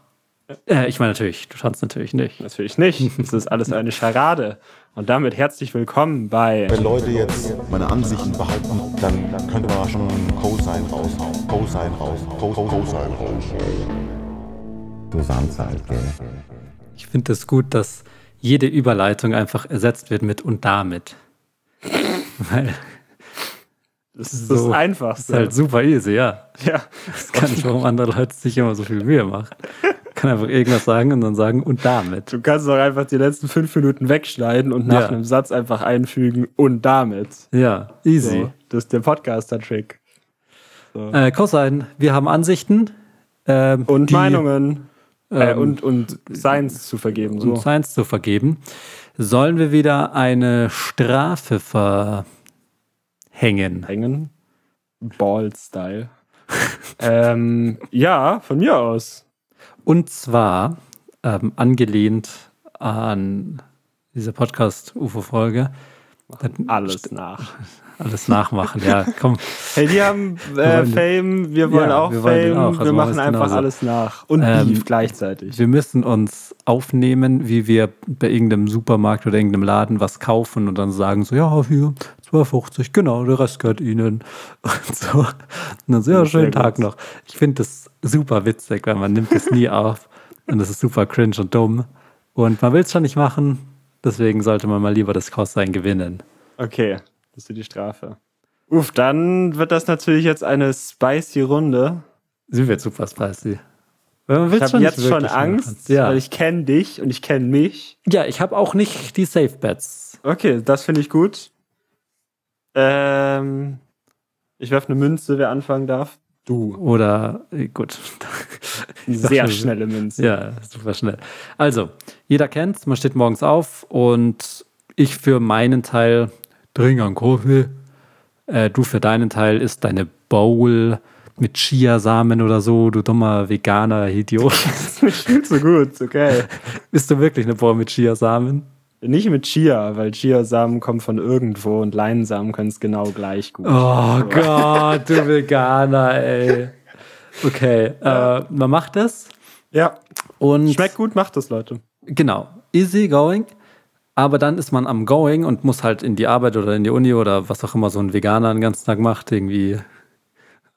B: Äh, ich meine natürlich, du tanzt natürlich nicht.
A: Natürlich nicht. Das ist alles eine Scharade. Und damit herzlich willkommen bei.
F: Wenn Leute jetzt meine Ansichten behaupten, dann könnte man schon ein Cosine raushauen. Cosine raushauen. Co- Co- Cosine raushauen.
G: Du samst halt, gell?
B: Ich finde es gut, dass jede Überleitung einfach ersetzt wird mit und damit. Weil
A: Das ist
B: so-
A: das
B: das
A: Einfachste.
B: ist halt super easy, ja.
A: ja.
B: Ich kann nicht, warum andere Leute sich immer so viel Mühe machen. Ich kann einfach irgendwas sagen und dann sagen, und damit.
A: Du kannst doch einfach die letzten fünf Minuten wegschneiden und nach
B: Ja.
A: einem Satz einfach einfügen und damit.
B: Ja, easy.
A: So, das ist der Podcaster-Trick.
B: Äh, Cosine, wir haben Ansichten. ähm,
A: Und
B: die-
A: Meinungen. äh,
B: ähm,
A: und, und Science zu vergeben.
B: und
A: So.
B: Science zu vergeben. Sollen wir wieder eine Strafe verhängen?
A: Hängen. Ball-Style. ähm, ja, von mir aus.
B: Und zwar ähm, angelehnt an diese Podcast-UFO-Folge.
A: Alles nach.
B: Alles nachmachen, ja, komm.
A: Hey, die haben äh,
B: wollen-
A: Fame, wir wollen
B: Ja,
A: auch
B: wir wollen den
A: Fame,
B: auch, also
A: wir
B: machen
A: machen
B: wir es
A: einfach
B: genauso.
A: alles nach. Und
B: Ähm,
A: Beef gleichzeitig.
B: Wir müssen uns aufnehmen, wie wir bei irgendeinem Supermarkt oder irgendeinem Laden was kaufen und dann sagen so, ja, hier, 2,50, genau, der Rest gehört Ihnen. Und so. Und dann so, ja,
A: Sehr
B: schönen
A: gut.
B: Tag noch. Ich finde das super witzig, weil man nimmt es nie auf und das ist super cringe und dumm. Und man will es schon nicht machen, deswegen sollte man mal lieber das Cossein gewinnen.
A: Okay, das ist die Strafe. Uff, dann wird das natürlich jetzt eine spicy Runde.
B: Sie wird super spicy. Weil man
A: Ich
B: will's
A: habe
B: nicht
A: jetzt schon
B: wirklich machen.
A: Angst,
B: Ja,
A: weil
B: ich,
A: ich kenne dich und ich kenne mich.
B: ja, ich habe auch nicht die Safe Bets.
A: Okay, das finde ich gut. Ähm, ich werfe eine Münze, wer anfangen darf. Du.
B: Oder, äh, gut.
A: Eine
B: dachte,
A: sehr
B: das-
A: schnelle Münze.
B: Ja, super schnell. Also, jeder kennt's, man steht morgens auf und ich für meinen Teil trinke einen Kaffee. Äh, du für deinen Teil isst deine Bowl mit Chiasamen oder so, du dummer veganer Idiot.
A: Das klingt so gut, okay.
B: isst du wirklich eine Bowl mit Chiasamen?
A: Nicht mit Chia, weil Chia-Samen kommen von irgendwo und Leinsamen können es genau gleich gut.
B: Oh Gott, du Veganer, ey. Okay, äh, man macht das
A: Ja,
B: Und
A: Schmeckt gut, macht das, Leute.
B: Genau, easy going. Aber dann ist man am Going und muss halt in die Arbeit oder in die Uni oder was auch immer so ein Veganer den ganzen Tag macht, irgendwie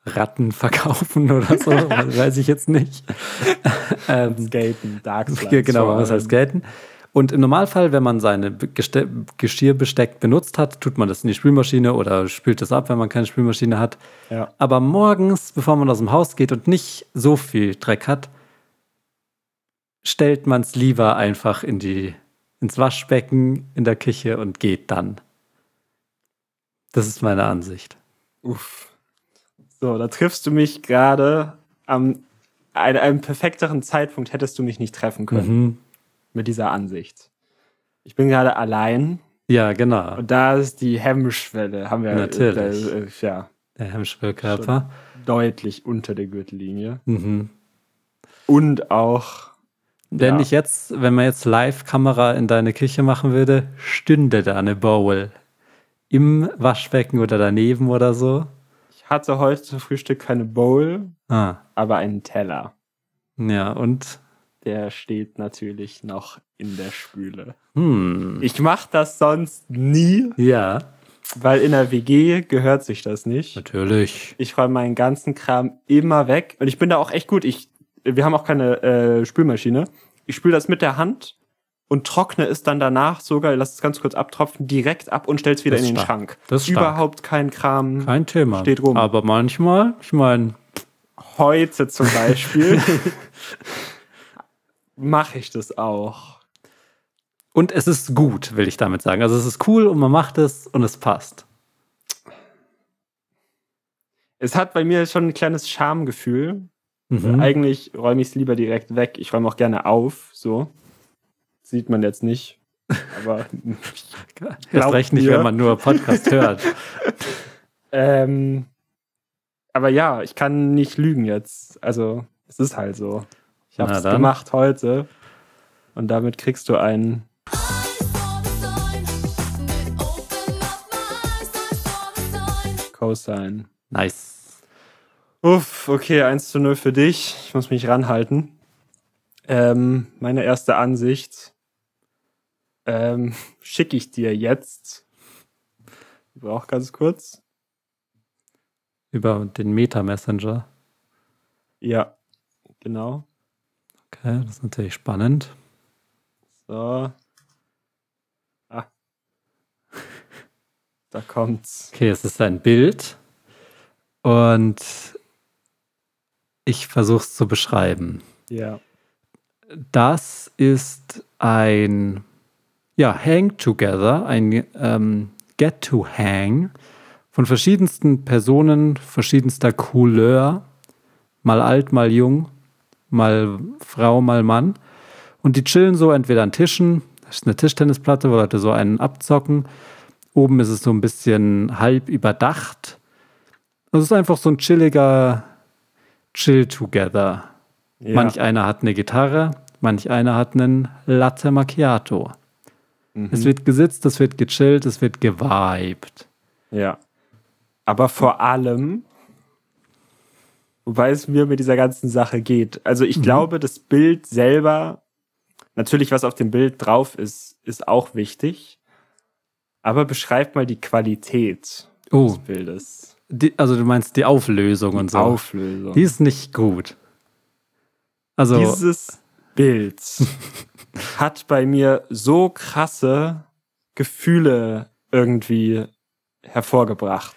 B: Ratten verkaufen oder so, weiß ich jetzt nicht.
A: Skaten, Dark
B: Ja,
A: Slides
B: genau,
A: vor
B: was
A: allem.
B: heißt gelten. Und im Normalfall, wenn man seine Be- Geste Geschirrbesteck benutzt hat, tut man das in die Spülmaschine oder spült das ab, wenn man keine Spülmaschine hat.
A: Ja.
B: Aber morgens, bevor man aus dem Haus geht und nicht so viel Dreck hat, stellt man es lieber einfach in die, ins Waschbecken in der Küche und geht dann. Das ist meine Ansicht.
A: Uff. So, da triffst du mich gerade am an einem perfekteren Zeitpunkt hättest du mich nicht treffen können
B: Mhm.
A: mit dieser Ansicht. Ich bin gerade allein
B: Ja, genau.
A: und da ist die Hemmschwelle, haben wir äh,
B: Natürlich.
A: äh, ja,
B: Der Hemmschwellkörper.
A: deutlich unter der Gürtellinie.
B: Mhm.
A: Und auch
B: Wenn
A: Ja.
B: ich jetzt, wenn man jetzt Live-Kamera in deine Küche machen würde, stünde da eine Bowl. Im Waschbecken oder daneben oder so.
A: Ich hatte heute zum Frühstück keine Bowl,
B: Ah,
A: aber einen Teller.
B: ja, und
A: Der steht natürlich noch in der Spüle.
B: hm,
A: Ich mache das sonst nie,
B: ja,
A: weil in der WG gehört sich das nicht.
B: natürlich.
A: Ich räume meinen ganzen Kram immer weg und ich bin da auch echt gut. Ich, wir haben auch keine äh, Spülmaschine. Ich spüle das mit der Hand und trockne es dann danach sogar, lass es ganz kurz abtropfen, direkt ab und stell es wieder
B: Das
A: in den
B: ist stark.
A: Schrank.
B: Das ist stark.
A: Überhaupt kein Kram.
B: Kein Thema.
A: Steht rum.
B: Aber manchmal, ich meine,
A: heute zum Beispiel mache ich das auch.
B: und es ist gut, will ich damit sagen. Also es ist cool und man macht es und es passt.
A: Es hat bei mir schon ein kleines Schamgefühl.
B: Mhm.
A: Eigentlich räume ich es lieber direkt weg. Ich räume auch gerne auf, so. Sieht man jetzt nicht. Aber
B: Erst recht nicht,
A: mir.
B: wenn man nur Podcast hört.
A: ähm, aber ja, ich kann nicht lügen jetzt. Also, es ist halt so. Ich habe
B: Na
A: es
B: dann.
A: gemacht heute. Und damit kriegst du einen. Cosine.
B: Nice.
A: Uff, okay, 1 zu 0 für dich. Ich muss mich ranhalten. Ähm, meine erste Ansicht ähm, schicke ich dir jetzt. Ich brauche ganz kurz.
B: Über den Meta-Messenger.
A: Ja, genau.
B: Okay, das ist natürlich spannend.
A: So. Ah. Da kommt's.
B: Okay, es ist ein Bild und ich versuche es zu beschreiben.
A: Ja.
B: Das ist ein ja, Hang Together, ein ähm, Get to Hang von verschiedensten Personen verschiedenster Couleur, mal alt, mal jung, mal Frau, mal Mann. Und die chillen so entweder an Tischen, das ist eine Tischtennisplatte, wo Leute so einen abzocken. Oben ist es so ein bisschen halb überdacht. Also Es ist einfach so ein chilliger Chill Together.
A: ja.
B: Manch einer hat eine Gitarre, manch einer hat einen Latte Macchiato.
A: Mhm.
B: Es wird gesitzt, es wird gechillt, es wird geweibt.
A: Ja. Aber vor allem, wobei es mir mit dieser ganzen Sache geht. Also
B: Mhm.
A: ich glaube, das Bild selber, natürlich was auf dem Bild drauf ist, ist auch wichtig. Aber beschreib mal die Qualität
B: Oh,
A: des Bildes.
B: die, also du meinst die Auflösung und so.
A: Auflösung.
B: Die ist nicht gut. Also,
A: Dieses Bild hat bei mir so krasse Gefühle irgendwie hervorgebracht.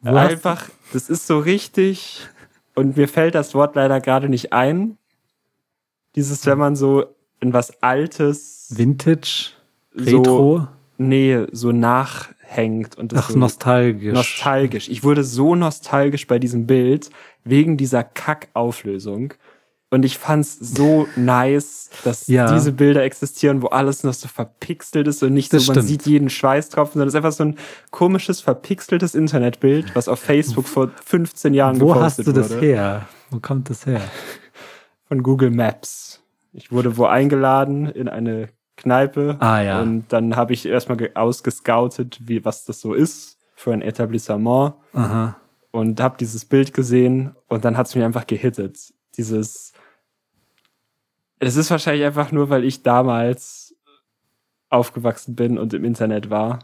B: Wo hast-
A: Einfach, das ist so richtig und mir fällt das Wort leider gerade nicht ein. Dieses, wenn man so in was Altes,
B: Vintage,
A: so-
B: Retro,
A: nee, so nachhängt und das
B: ach,
A: so
B: nostalgisch.
A: nostalgisch. Ich wurde so nostalgisch bei diesem Bild wegen dieser Kackauflösung. Und ich fand's so nice, dass
B: Ja.
A: diese Bilder existieren, wo alles noch so verpixelt ist und nicht
B: Das
A: so, man
B: stimmt.
A: sieht jeden Schweißtropfen, sondern es ist einfach so ein komisches, verpixeltes Internetbild, was auf Facebook vor 15 Jahren
B: Wo hast
A: gepostet
B: du das
A: wurde.
B: her? Wo kommt das her?
A: Von Google Maps. Ich wurde wo eingeladen in eine Kneipe.
B: Ah, ja.
A: Und dann habe ich erstmal ge- ausgescoutet, wie, was das so ist für ein Etablissement.
B: Aha.
A: und habe dieses Bild gesehen und dann hat es mich einfach gehittet. Dieses Das ist wahrscheinlich einfach nur, weil ich damals aufgewachsen bin und im Internet war.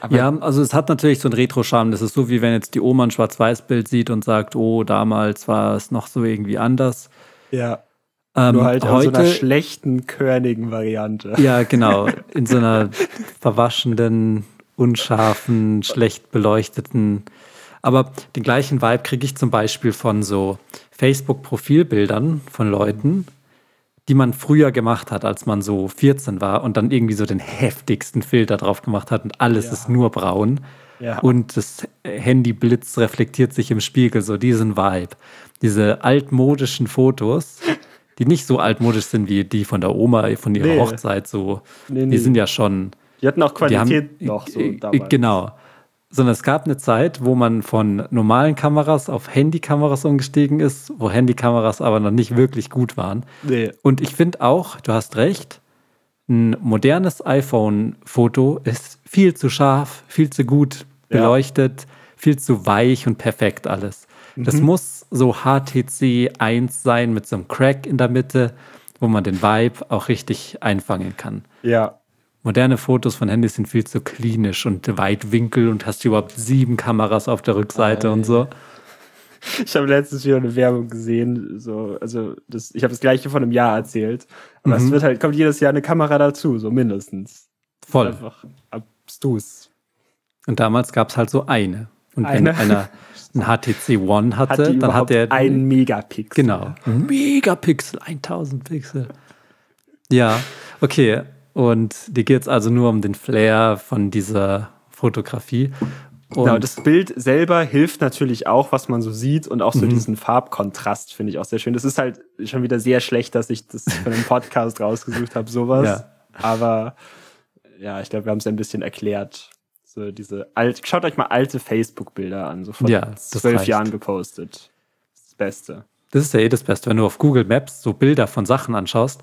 A: Aber
B: Ja, also es hat natürlich so einen Retro-Charme. Das ist so, wie wenn jetzt die Oma ein Schwarz-Weiß-Bild sieht und sagt, oh, damals war es noch so irgendwie anders.
A: ja.
B: Ähm,
A: Nur halt in so einer
B: heute,
A: schlechten, körnigen Variante.
B: ja, genau, in so einer verwaschenden, unscharfen, schlecht beleuchteten. Aber den gleichen Vibe kriege ich zum Beispiel von so Facebook-Profilbildern von Leuten, die man früher gemacht hat, als man so 14 war und dann irgendwie so den heftigsten Filter drauf gemacht hat und alles ist nur braun.
A: Ja.
B: Und das Handyblitz reflektiert sich im Spiegel, so diesen Vibe. Diese altmodischen Fotos, die nicht so altmodisch sind wie die von der Oma, von ihrer
A: Nee.
B: Hochzeit, so.
A: Nee, nee.
B: Die sind ja schon.
A: Die hatten auch Qualität
B: die haben,
A: noch so
B: äh, äh,
A: damals.
B: Genau. Sondern es gab eine Zeit, wo man von normalen Kameras auf Handykameras umgestiegen ist, wo Handykameras aber noch nicht wirklich gut waren.
A: Nee.
B: Und ich finde auch, du hast recht, ein modernes iPhone-Foto ist viel zu scharf, viel zu gut
A: Ja.
B: beleuchtet, viel zu weich und perfekt alles. Das
A: Mhm.
B: muss so HTC 1 sein mit so einem Crack in der Mitte, wo man den Vibe auch richtig einfangen kann.
A: Ja.
B: Moderne Fotos von Handys sind viel zu klinisch und Weitwinkel und hast überhaupt sieben Kameras auf der Rückseite und
A: Äh,
B: so.
A: Ich habe letztens wieder eine Werbung gesehen, so, also das, ich habe das gleiche von einem Jahr erzählt. Aber es wird halt, kommt jedes Jahr eine Kamera dazu, so mindestens.
B: Voll.
A: Einfach abstrus.
B: Und damals gab es halt so eine. Und
A: Eine.
B: wenn einer ein HTC One
A: Hat
B: hatte,
A: die
B: dann
A: überhaupt
B: hat er
A: einen Megapixel.
B: Genau. Megapixel, 1000 Pixel. Ja, okay. Und dir geht es also nur um den Flair von dieser Fotografie. Und
A: Genau, das Bild selber hilft natürlich auch, was man so sieht und auch so
B: Mhm.
A: diesen Farbkontrast finde ich auch sehr schön. Das ist halt schon wieder sehr schlecht, dass ich das von einem Podcast rausgesucht habe, sowas.
B: Ja.
A: Aber ja, ich glaube, wir haben es ein bisschen erklärt. So diese alt, schaut euch mal alte Facebook-Bilder an, so von
B: Ja, das
A: zwölf
B: reicht.
A: Jahren gepostet. Das Beste.
B: das ist ja eh das Beste, wenn du auf Google Maps so Bilder von Sachen anschaust.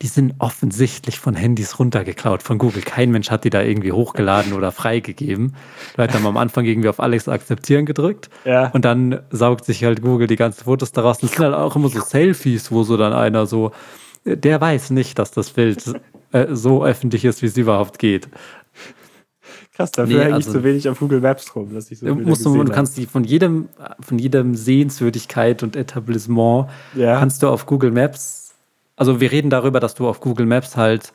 B: Die sind offensichtlich von Handys runtergeklaut von Google. Kein Mensch hat die da irgendwie hochgeladen oder freigegeben. Leute haben am Anfang irgendwie auf Alex akzeptieren gedrückt.
A: Ja.
B: Und dann saugt sich halt Google die ganzen Fotos daraus. Das sind halt auch immer so Selfies, wo so dann einer so, "Äh, der weiß nicht, dass das Bild äh, so öffentlich ist, wie es überhaupt geht.
A: Krass, dafür
B: Nee,
A: hänge ich
B: also-
A: so wenig auf Google Maps rum, dass ich so Bilder
B: musst du,
A: gesehen
B: du kannst die von jedem, von jedem Sehenswürdigkeit und Etablissement
A: Ja.
B: kannst du auf Google Maps, also wir reden darüber, dass du auf Google Maps halt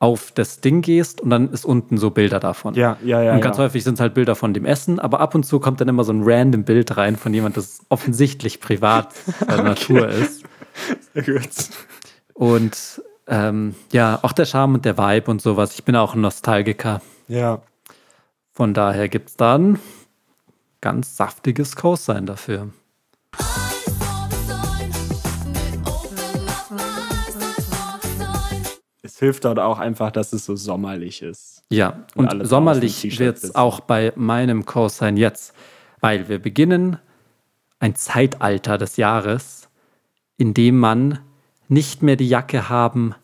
B: auf das Ding gehst und dann ist unten so Bilder davon.
A: Ja, ja, ja,
B: Und ganz
A: ja.
B: häufig sind es halt Bilder von dem Essen, aber ab und zu kommt dann immer so ein random Bild rein von jemand, das offensichtlich privat der Natur ist.
A: habe. Sehr gut.
B: Und ähm, ja, auch der Charme und der Vibe und sowas. Ich bin auch ein Nostalgiker.
A: Ja.
B: Von daher gibt es dann ganz saftiges Co-Sein dafür.
A: Es hilft dort auch einfach, dass es so sommerlich ist.
B: Ja,
A: Und alle
B: und
A: draußen im
B: sommerlich
A: T-Shirt
B: wird
A: sitzen.
B: es auch bei meinem Co-Sein jetzt, weil wir beginnen ein Zeitalter des Jahres, in dem man nicht mehr die Jacke haben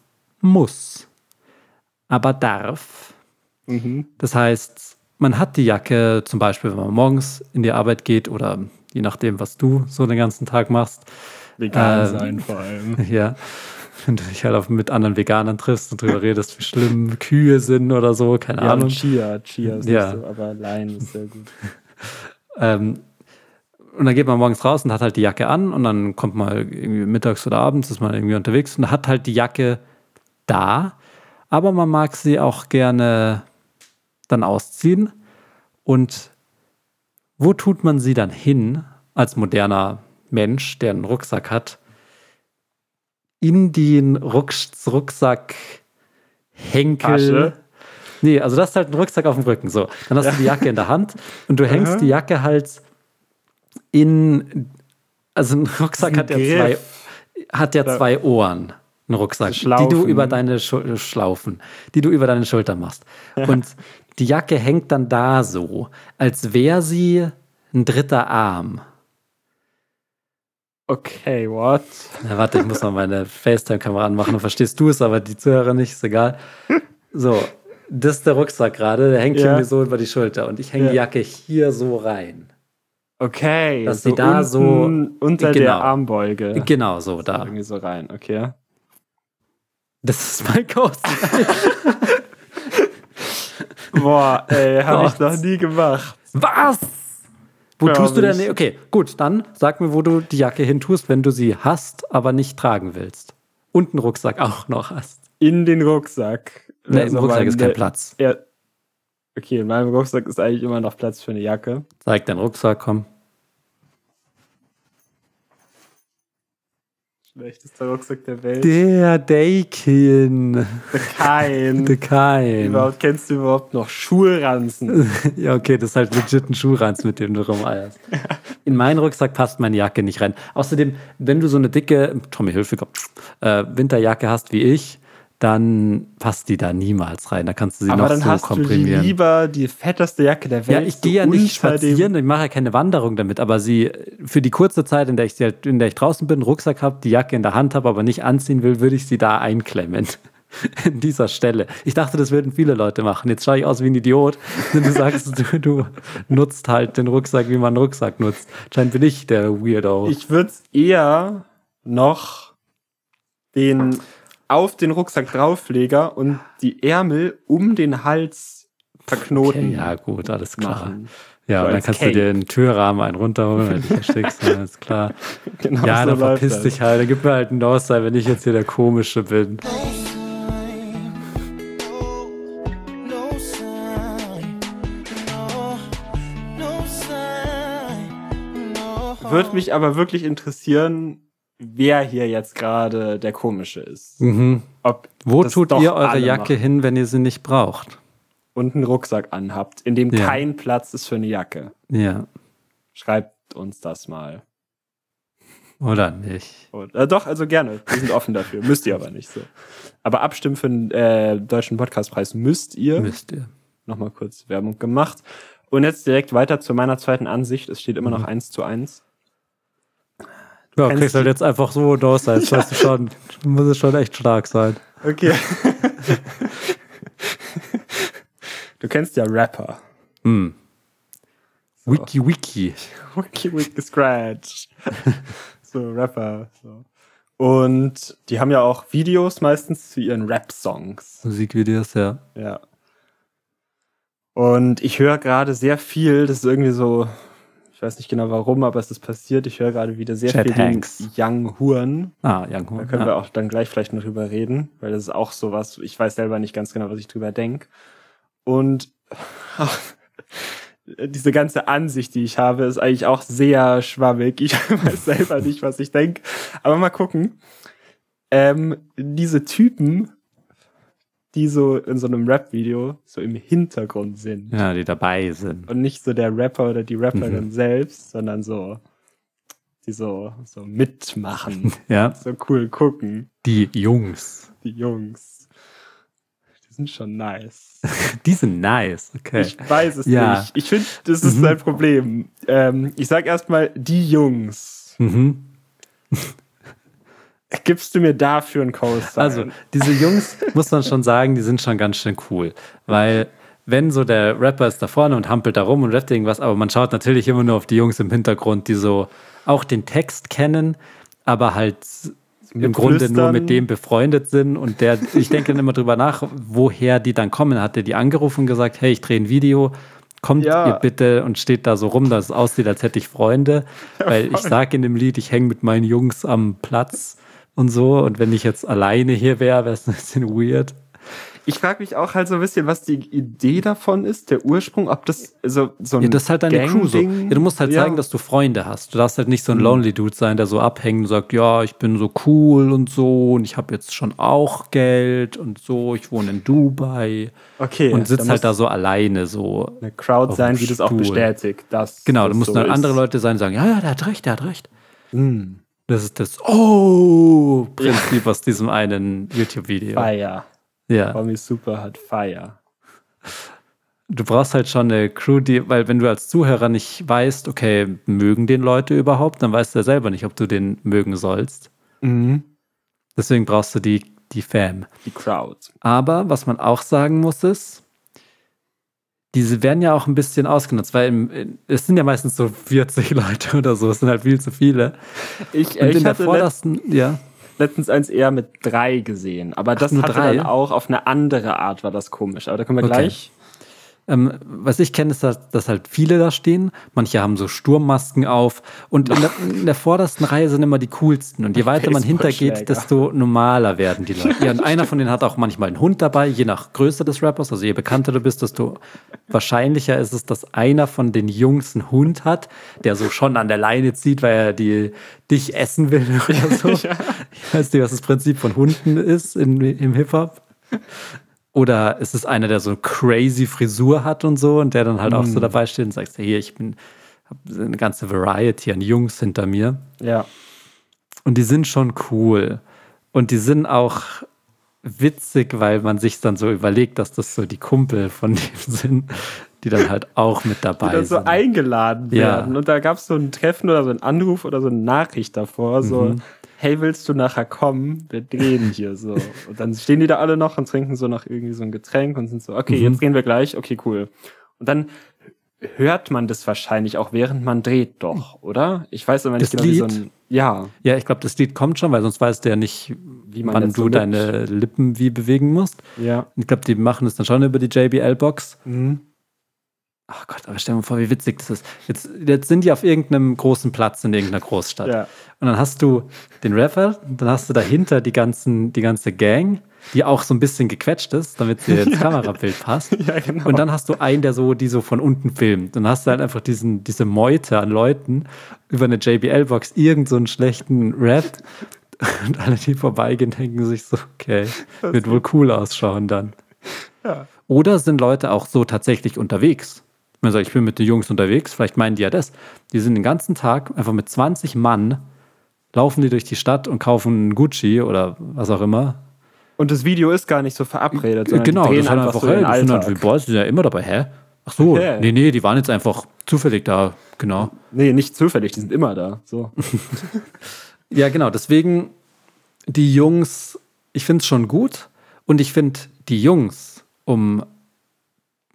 B: muss, aber darf.
A: Mhm.
B: Das heißt, man hat die Jacke zum Beispiel, wenn man morgens in die Arbeit geht oder je nachdem, was du so den ganzen Tag machst.
A: Vegan
B: Ähm,
A: sein vor allem.
B: Ja. Wenn du dich halt auf, mit anderen Veganern triffst und drüber redest, wie schlimm Kühe sind oder so, keine
A: Ja, und
B: Ahnung.
A: Chia, Chia ist
B: Ja.
A: nicht so, aber allein ist sehr gut.
B: Ähm, und dann geht man morgens raus und hat halt die Jacke an und dann kommt man irgendwie mittags oder abends, ist man irgendwie unterwegs und hat halt die Jacke da, aber man mag sie auch gerne dann ausziehen. Und wo tut man sie dann hin als moderner Mensch, der einen Rucksack hat? In den Rucks Rucksack Henkel.
A: Tasche?
B: Nee, also das ist halt ein Rucksack auf dem Rücken. So, dann hast du die Jacke in der Hand und du hängst die Jacke halt in. Also ein Rucksack hat ja zwei,
A: Griff.
B: hat ja zwei Ohren. Ein Rucksack, die du
A: Schlaufen.
B: über deine Schul Schlaufen, die du über deine Schulter machst. Und die Jacke hängt dann da so, als wäre sie ein dritter Arm.
A: Okay, what?
B: Na, warte, ich muss mal meine FaceTime-Kamera anmachen, dann verstehst du es, aber die Zuhörer nicht, ist egal. So, das ist der Rucksack gerade, der hängt
A: Ja.
B: mir so über die Schulter und ich hänge die Jacke hier so rein.
A: Okay.
B: Dass sie da so-
A: unten Unter der
B: genau.
A: Armbeuge.
B: Genau so, da.
A: Irgendwie so rein, okay.
B: Das ist mein Cosine.
A: Boah, ey, habe ich
B: Gott.
A: noch nie gemacht.
B: Was? Wo
A: Ja,
B: tust du
A: wenn
B: denn?
A: ich-
B: Okay, gut, dann sag mir, wo du die Jacke hin tust, wenn du sie hast, aber nicht tragen willst. Und einen Rucksack auch noch hast.
A: In den Rucksack.
B: Nee,
A: Also
B: im Rucksack
A: mein-
B: ist kein Platz.
A: Ja. Okay, in meinem Rucksack ist eigentlich immer noch Platz für eine Jacke.
B: Zeig deinen Rucksack, komm.
A: Schlechtester Rucksack der Welt.
B: Der Dakin.
A: Kein.
B: Der Kein.
A: Überhaupt kennst du überhaupt noch Schulranzen?
B: Ja, okay, das ist halt legit ein Schuhranz, mit dem du rumeierst. In meinen Rucksack passt meine Jacke nicht rein. Außerdem, wenn du so eine dicke Tommy Hilfiger äh, Winterjacke hast wie ich, dann passt die da niemals rein. Da kannst du sie
A: Aber
B: noch
A: dann
B: so
A: hast du
B: komprimieren.
A: lieber die fetteste Jacke der Welt.
B: Ja, ich
A: so
B: gehe ja nicht
A: unter dem-
B: spazieren, ich mache ja keine Wanderung damit, aber sie für die kurze Zeit, in der ich, sie halt- in der ich draußen bin, Rucksack habe, die Jacke in der Hand habe, aber nicht anziehen will, würde ich sie da einklemmen. In dieser Stelle. Ich dachte, das würden viele Leute machen. Jetzt schaue ich aus wie ein Idiot. Wenn du sagst, du, du nutzt halt den Rucksack, wie man einen Rucksack nutzt. Scheint bin ich der Weirdo.
A: Ich würde eher noch den auf den Rucksack draufleger und die Ärmel um den Hals verknoten.
B: okay, ja, gut, alles klar.
A: machen.
B: Ja,
A: So
B: und dann
A: als
B: kannst
A: Cake.
B: du dir den Türrahmen einen runterholen, wenn du versteckst, dann ist klar.
A: Genau
B: ja,
A: so
B: dann
A: läuft
B: verpiss
A: das.
B: dich halt, dann gib mir halt einen Ausseil, wenn ich jetzt hier der Komische bin.
A: Würde mich aber wirklich interessieren, wer hier jetzt gerade der Komische ist.
B: Mhm.
A: Ob
B: Wo
A: das
B: tut
A: doch
B: ihr eure
A: alle
B: Jacke
A: machen
B: hin, wenn ihr sie nicht braucht?
A: Und einen Rucksack anhabt, in dem
B: Ja.
A: kein Platz ist für eine Jacke.
B: Ja,
A: Schreibt uns das mal.
B: oder nicht?
A: Und, äh, doch, also gerne. Wir sind offen dafür. Müsst ihr aber nicht so. Aber abstimmen für den äh, Deutschen Podcastpreis müsst ihr.
B: Müsst ihr.
A: Nochmal kurz Werbung gemacht. Und jetzt direkt weiter zu meiner zweiten Ansicht. Es steht immer noch eins zu eins.
B: Ja,
A: kennst
B: kriegst halt
A: die-
B: jetzt einfach so ein Ausseil, das weißt du schon. Muss es schon echt stark sein.
A: Okay. du kennst ja Rapper.
B: Hm. Wiki, wiki.
A: Wiki Wiki Scratch. so, Rapper. So. Und die haben ja auch Videos meistens zu ihren Rap-Songs.
B: Musikvideos, ja.
A: Ja. Und ich höre gerade sehr viel, das ist irgendwie so, ich weiß nicht genau warum, aber es ist passiert. Ich höre gerade wieder sehr
B: Chet
A: viel den
B: Hanks.
A: Young Huren.
B: Ah, Young
A: Da
B: Horn.
A: können
B: ja.
A: wir auch dann gleich vielleicht noch drüber reden, weil das ist auch sowas, ich weiß selber nicht ganz genau, was ich drüber denk. Und diese ganze Ansicht, die ich habe, ist eigentlich auch sehr schwammig. Ich weiß selber nicht, was ich denk. Aber mal gucken. Ähm, diese Typen, die so in so einem Rap-Video so im Hintergrund sind.
B: ja, Mhm. die dabei sind.
A: Und nicht so der Rapper oder die Rapperin selbst, sondern so, die so, so mitmachen,
B: Ja,
A: so cool gucken.
B: die Jungs.
A: Die Jungs. Die sind schon nice.
B: Die sind nice, okay.
A: Ich weiß es
B: Ja. Mhm.
A: nicht. Ich finde, das ist ein Problem. Ähm, ich sag erstmal die Jungs.
B: mhm.
A: Gibst du mir dafür einen Coaster?
B: Also, diese Jungs, muss man schon sagen, die sind schon ganz schön cool. Weil, wenn so der Rapper ist da vorne und hampelt da rum und rappt irgendwas, aber man schaut natürlich immer nur auf die Jungs im Hintergrund, die so auch den Text kennen, aber halt im Grunde nur
A: Flüstern.
B: mit dem befreundet sind und der, ich denke dann immer drüber nach, woher die dann kommen. Hat der die angerufen und gesagt, hey, ich drehe ein Video, kommt
A: Ja.
B: ihr bitte und steht da so rum, dass es aussieht, als hätte ich Freunde. weil ich sage in dem Lied, ich hänge mit meinen Jungs am Platz und so. Und wenn ich jetzt alleine hier wäre, wäre es ein bisschen weird.
A: ich frage mich auch halt so ein bisschen, was die Idee davon ist, der Ursprung, ob das so, so ein.
B: Ja, das ist halt deine Crew so. Ja,
A: Gang-Ding-
B: du musst halt
A: Ja. Mhm.
B: zeigen, dass du Freunde hast. Du darfst halt nicht so ein Lonely Dude sein, der so abhängt und sagt, ja, ich bin so cool und so und ich habe jetzt schon auch Geld und so, ich wohne in Dubai
A: Okay,
B: und sitzt halt da
A: muss
B: so alleine so.
A: Eine Crowd
B: auf
A: sein,
B: dem
A: die das auch
B: Stuhl.
A: bestätigt. Dass
B: Genau,
A: das
B: da mussten
A: so
B: dann andere
A: ist. Mm.
B: Leute sein und sagen, ja, ja, der hat recht, der hat recht. Das ist das Oh-Prinzip aus diesem einen YouTube-Video.
A: Fire.
B: Ja.
A: Tommy Super hat Fire.
B: du brauchst halt schon eine Crew, die, weil wenn du als Zuhörer nicht weißt, okay, mögen den Leute überhaupt, dann weißt du ja selber nicht, ob du den mögen sollst.
A: Mhm.
B: Deswegen brauchst du die, die Fam.
A: Die Crowd.
B: Aber was man auch sagen muss, ist, diese werden ja auch ein bisschen ausgenutzt, weil im, in, es sind ja meistens so 40 Leute oder so, es sind halt viel zu viele.
A: Ich,
B: Und
A: ich
B: in der
A: hatte letzt-
B: vordersten, ja,
A: letztens eins eher mit drei gesehen, aber das
B: nur
A: hatte
B: drei?
A: dann auch auf eine andere Art war das komisch. Aber da kommen wir
B: Okay.
A: gleich.
B: Ähm, was ich kenne, ist, dass, dass halt viele da stehen. Manche haben so Sturmmasken auf. Und in der, in der vordersten Reihe sind immer die coolsten. Und je weiter man
A: Baseballschläger.
B: hintergeht, desto normaler werden die Leute. Ja, und einer von denen hat auch manchmal einen Hund dabei, je nach Größe des Rappers. Also je bekannter du bist, desto wahrscheinlicher ist es, dass einer von den Jungs einen Hund hat, der so schon an der Leine zieht, weil er die, dich essen will oder so. Ich weiß nicht, was das Prinzip von Hunden ist im, im Hip-Hop. Oder ist es einer, der so eine crazy Frisur hat und so und der dann halt auch
A: Hm.
B: so dabei steht und sagt, hier, ich bin hab eine ganze Variety an Jungs hinter mir.
A: Ja.
B: Und die sind schon cool. Und die sind auch witzig, weil man sich dann so überlegt, dass das so die Kumpel von dem sind, die dann halt auch mit
A: Die
B: dabei
A: dann so
B: sind.
A: eingeladen
B: Ja.
A: werden. Und da gab es so ein Treffen oder so einen Anruf oder so eine Nachricht davor, so,
B: Mhm.
A: hey, willst du nachher kommen? Wir drehen hier so. Und dann stehen die da alle noch und trinken so noch irgendwie so ein Getränk und sind so, okay,
B: Mhm.
A: jetzt drehen wir gleich, okay, cool. Und dann hört man das wahrscheinlich auch, während man dreht doch, oder? Ich weiß aber nicht genau,
B: Das
A: wie so
B: Lied?
A: ein, ja,
B: Ja, ich glaube, das Lied kommt schon, weil sonst weiß der nicht,
A: wie man
B: wann
A: jetzt so
B: du
A: mit-
B: deine Lippen wie bewegen musst.
A: ja. Mhm.
B: Ich glaube, die machen es dann schon über die JBL-Box. Ach Gott, aber stell dir mal vor, wie witzig das ist. Jetzt, jetzt sind die auf irgendeinem großen Platz in irgendeiner Großstadt.
A: Ja.
B: Und dann hast du den Rapper, dann hast du dahinter die, ganzen, die ganze Gang, die auch so ein bisschen gequetscht ist, damit sie ins Kamerabild passt.
A: Ja, genau.
B: Und dann hast du einen, der so, die so von unten filmt. Dann hast du halt einfach diesen, diese Meute an Leuten über eine JBL-Box, irgend so einen schlechten Rap. Und alle, die vorbeigehen, denken sich so, okay, wird wohl cool ausschauen dann. Oder sind Leute auch so tatsächlich unterwegs? Man sagt, ich bin mit den Jungs unterwegs, vielleicht meinen die ja das. Die sind den ganzen Tag einfach mit 20 Mann, laufen die durch die Stadt und kaufen Gucci oder was auch immer.
A: Und das Video ist gar nicht so verabredet, sondern
B: genau,
A: die drehen
B: das hat
A: einfach,
B: einfach,
A: so
B: hey,
A: den
B: das sind
A: Alltag.
B: halt, wie, boah, die sind ja immer dabei, hä? Ach so,
A: Hä?
B: nee, nee, die waren jetzt einfach zufällig da, genau.
A: Nee, nicht zufällig, die sind immer da. So.
B: Ja, genau. Deswegen die Jungs, ich finde es schon gut. Und ich finde die Jungs um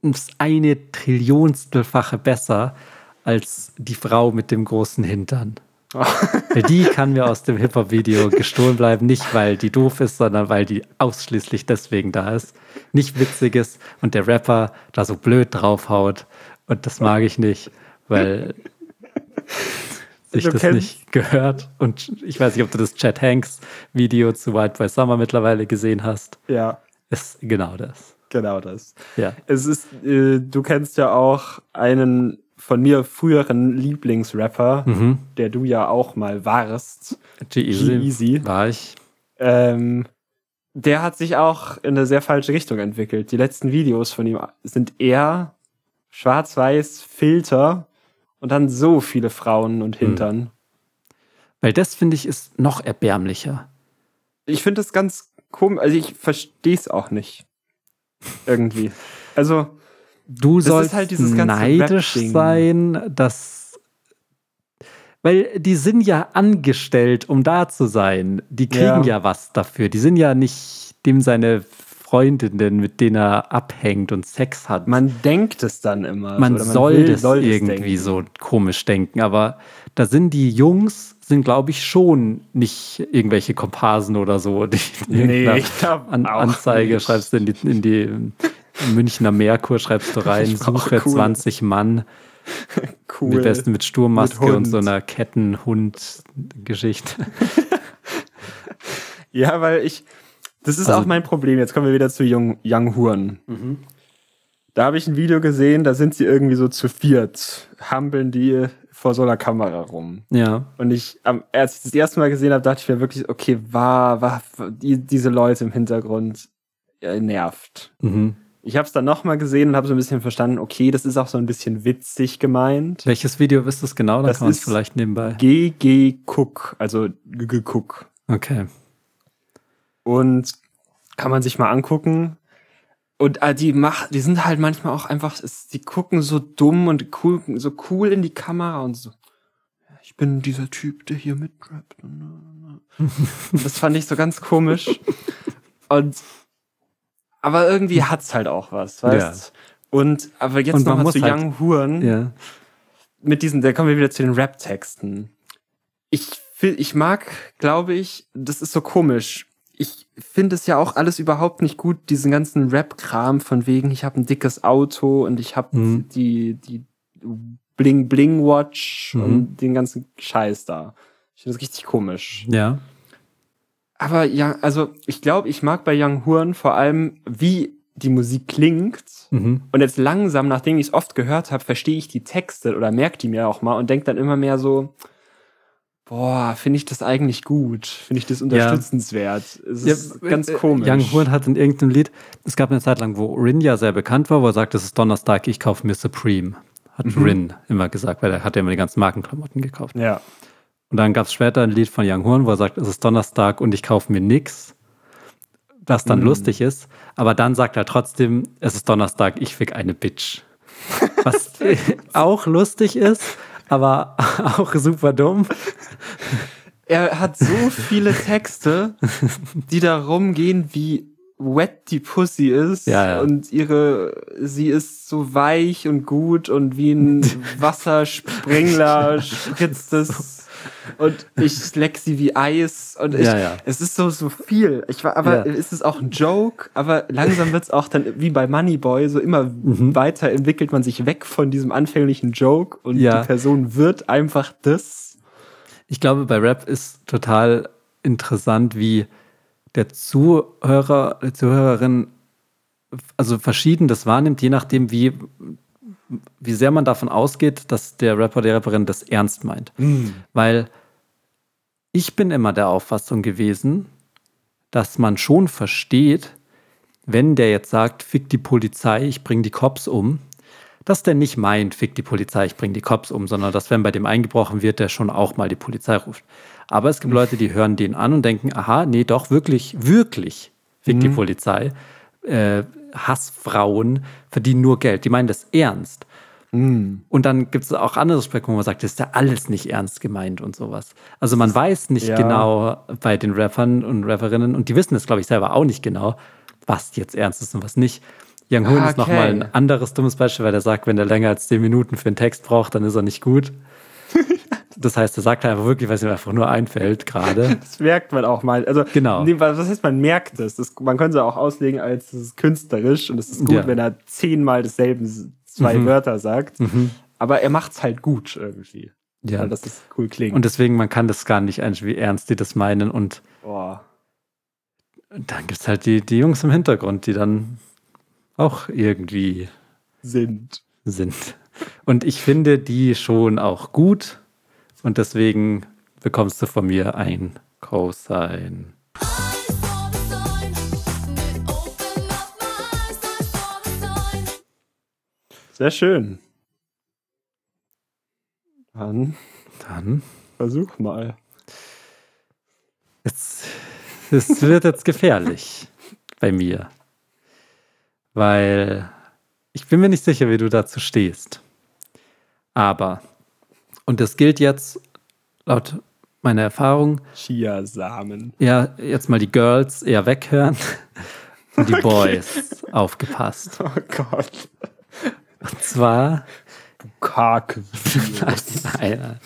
B: ums eine Trillionstelfache besser als die Frau mit dem großen Hintern. Weil die kann mir aus dem Hip-Hop-Video gestohlen bleiben. Nicht, weil die doof ist, sondern weil die ausschließlich deswegen da ist. Nicht witzig ist und der Rapper da so blöd draufhaut. Und das mag ich nicht, weil sich
A: Du
B: das
A: kennst-
B: nicht gehört. Und ich weiß nicht, ob du das Chad Hanks-Video zu White by Summer mittlerweile gesehen hast.
A: Ja,
B: Ist genau das.
A: genau das.
B: Ja.
A: Es ist, äh, du kennst ja auch einen von mir früheren Lieblingsrapper,
B: Hm. Mhm.
A: der du ja auch mal warst.
B: E
A: G-Eazy.
B: G-Easy war ich.
A: Ähm, der hat sich auch in eine sehr falsche Richtung entwickelt. Die letzten Videos von ihm sind eher schwarz-weiß, Filter und dann so viele Frauen und
B: Hm.
A: Hintern.
B: Weil das, finde ich, ist noch erbärmlicher.
A: ich finde das ganz komisch. Also ich verstehe es auch nicht. Irgendwie. Also,
B: Du
A: ist
B: sollst
A: halt dieses ganze
B: neidisch
A: Rap-Ding.
B: sein, dass. Weil die sind ja angestellt, um da zu sein. Die
A: Ja.
B: kriegen ja, was dafür. Die sind ja nicht dem seine Freundinnen, mit denen er abhängt und Sex hat.
A: man denkt es dann immer.
B: man
A: Also, Oder
B: soll
A: will-
B: das
A: es
B: irgendwie
A: denken.
B: so komisch denken, aber da sind die Jungs, sind glaube ich schon nicht irgendwelche Komparsen oder so. Die in
A: Nee,
B: irgendeiner
A: ich glaub
B: An
A: auch
B: Anzeige
A: nicht.
B: schreibst du in die, in die im Münchner Merkur, schreibst du rein,
A: Ich brauch
B: suche
A: cool.
B: 20 Mann,
A: cool.
B: die besten mit Sturmmaske
A: Mit Hund.
B: und so einer Kettenhund-Geschichte.
A: Ja, weil ich. Das ist
B: Also-
A: auch mein Problem. Jetzt kommen wir wieder zu Young, Young Huren. Da habe ich ein Video gesehen, da sind sie irgendwie so zu viert, hampeln die vor so einer Kamera rum.
B: Ja.
A: Und ich, am, als ich das erste Mal gesehen habe, dachte ich mir wirklich, okay, war, war, die, diese Leute im Hintergrund äh, nervt.
B: Mhm.
A: Ich habe es dann nochmal gesehen und habe so ein bisschen verstanden, okay, das ist auch so ein bisschen witzig gemeint.
B: Welches Video ist das genau? Dann
A: Das
B: kann man es
A: ist-
B: vielleicht nebenbei.
A: GG Cook, also GG Cook.
B: Okay.
A: Und kann man sich mal angucken. Und äh, die mach, die sind halt manchmal auch einfach, es- die gucken so dumm und cool, so cool in die Kamera und so. Ich bin dieser Typ, der hier mitrappt. Das fand ich so ganz komisch. Und aber irgendwie hat's halt auch was, weißt? Und aber jetzt
B: Und man
A: nochmal
B: muss
A: zu
B: halt-
A: Young Huren.
B: Ja.
A: mit diesen, da kommen wir wieder zu den Rap-Texten. Ich fi- ich mag, glaube ich, das ist so komisch. Ich finde es ja auch alles überhaupt nicht gut, diesen ganzen Rap-Kram von wegen, ich habe ein dickes Auto und ich habe
B: Mhm.
A: die, die Bling-Bling-Watch
B: Mhm.
A: und den ganzen Scheiß da. Ich finde das richtig komisch.
B: Ja.
A: Aber ja, also ich glaube, ich mag bei Young Huren vor allem, wie die Musik klingt.
B: Mhm.
A: Und jetzt langsam, nachdem ich es oft gehört habe, verstehe ich die Texte oder merke die mir auch mal und denke dann immer mehr so, boah, finde ich das eigentlich gut? Finde ich das unterstützenswert? Es ist
B: Ja,
A: ganz
B: äh,
A: komisch.
B: Young Horn hat in irgendeinem Lied, es gab eine Zeit lang, wo Rin ja sehr bekannt war, wo er sagt, es ist Donnerstag, ich kaufe mir Supreme. Hat Rin immer gesagt, weil er hat ja immer die ganzen Markenklamotten gekauft.
A: Mhm. ja.
B: Und dann gab es später ein Lied von Young Horn, wo er sagt, es ist Donnerstag und ich kaufe mir nix. Das
A: Mhm.
B: dann lustig ist. Aber dann sagt er trotzdem, es ist Donnerstag, ich fick eine Bitch. Was äh, auch lustig ist, aber auch super dumm.
A: Er hat so viele Texte, die darum gehen, wie wet die Pussy ist
B: Ja, ja.
A: und ihre, sie ist so weich und gut und wie ein Wassersprengler spritzt es und ich leck sie wie Eis und ich,
B: Ja, ja.
A: es ist so, so viel. Ich war, aber
B: Ja.
A: ist es auch ein Joke, aber langsam wird's auch dann wie bei Moneyboy so immer
B: Mhm.
A: weiter entwickelt man sich weg von diesem anfänglichen Joke und
B: Ja.
A: die Person wird einfach das.
B: Ich glaube, bei Rap ist total interessant, wie der Zuhörer, die Zuhörerin, also verschieden das wahrnimmt, je nachdem, wie, wie sehr man davon ausgeht, dass der Rapper, die Rapperin das ernst meint. Weil ich bin immer der Auffassung gewesen, dass man schon versteht, wenn der jetzt sagt, fick die Polizei, ich bring die Cops um, dass der nicht meint, fick die Polizei, ich bring die Cops um, sondern dass, wenn bei dem eingebrochen wird, der schon auch mal die Polizei ruft. Aber es gibt Leute, die hören den an und denken, aha, nee, doch, wirklich, wirklich, fick die Polizei. Äh, Hassfrauen verdienen nur Geld, die meinen das ernst. Und dann gibt es auch anderes Spektrum, wo man sagt, das ist ja alles nicht ernst gemeint und sowas. Also man weiß nicht
A: Ja.
B: genau bei den Rappern und Rapperinnen, und die wissen es, glaube ich, selber auch nicht genau, was jetzt ernst ist und was nicht. Young Hoon ist
A: Okay.
B: nochmal ein anderes dummes Beispiel, weil der sagt, wenn er länger als 10 Minuten für einen Text braucht, dann ist er nicht gut. Das heißt, er sagt halt einfach wirklich, was ihm einfach nur einfällt gerade.
A: Das merkt man auch mal. Also,
B: Genau.
A: nee, was was heißt, man merkt es? Das, man könnte es auch auslegen, als es ist künstlerisch und es ist gut,
B: Ja. Mhm.
A: wenn er zehnmal dasselben s- zwei Wörter sagt. Aber er macht es halt gut irgendwie.
B: Ja.
A: Weil das ist cool klingt.
B: Und deswegen, man kann das gar nicht einschätzen, wie ernst die das meinen. Und
A: Boah.
B: dann gibt es halt die, die Jungs im Hintergrund, die dann auch irgendwie
A: sind.
B: sind. Und ich finde die schon auch gut. Und deswegen bekommst du von mir ein Cosine.
A: Sehr schön. Dann
B: Dann
A: versuch mal.
B: Jetzt, es wird jetzt gefährlich bei mir. Weil ich bin mir nicht sicher, wie du dazu stehst. Aber, und das gilt jetzt laut meiner Erfahrung,
A: Chiasamen.
B: eher jetzt mal die Girls eher weghören und die Boys aufgepasst.
A: Oh Gott.
B: Und zwar
A: Kark.
B: eine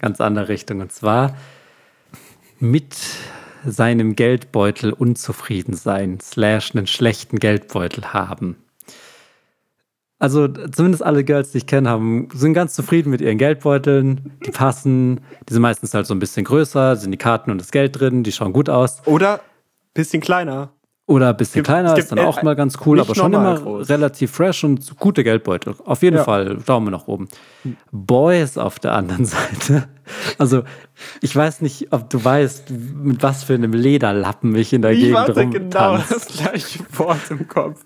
B: ganz andere Richtung. Und zwar mit seinem Geldbeutel unzufrieden sein, slash einen schlechten Geldbeutel haben. Also zumindest alle Girls, die ich kenne, haben, sind ganz zufrieden mit ihren Geldbeuteln. Die passen, die sind meistens halt so ein bisschen größer, sind die Karten und das Geld drin, die schauen gut aus.
A: Oder bisschen kleiner.
B: Oder ein bisschen
A: Gibt-
B: kleiner,
A: es
B: ist dann
A: gibt, äh,
B: auch mal ganz cool,
A: nicht
B: aber schon
A: normal
B: immer
A: groß.
B: relativ fresh und gute Geldbeutel. Auf jeden
A: Ja. Hm.
B: Fall Daumen nach oben. Boys auf der anderen Seite. Also, ich weiß nicht, ob du weißt, mit was für einem Lederlappen ich in der
A: Ich
B: Gegend
A: hatte genau
B: rumtanze.
A: das gleiche Wort im Kopf.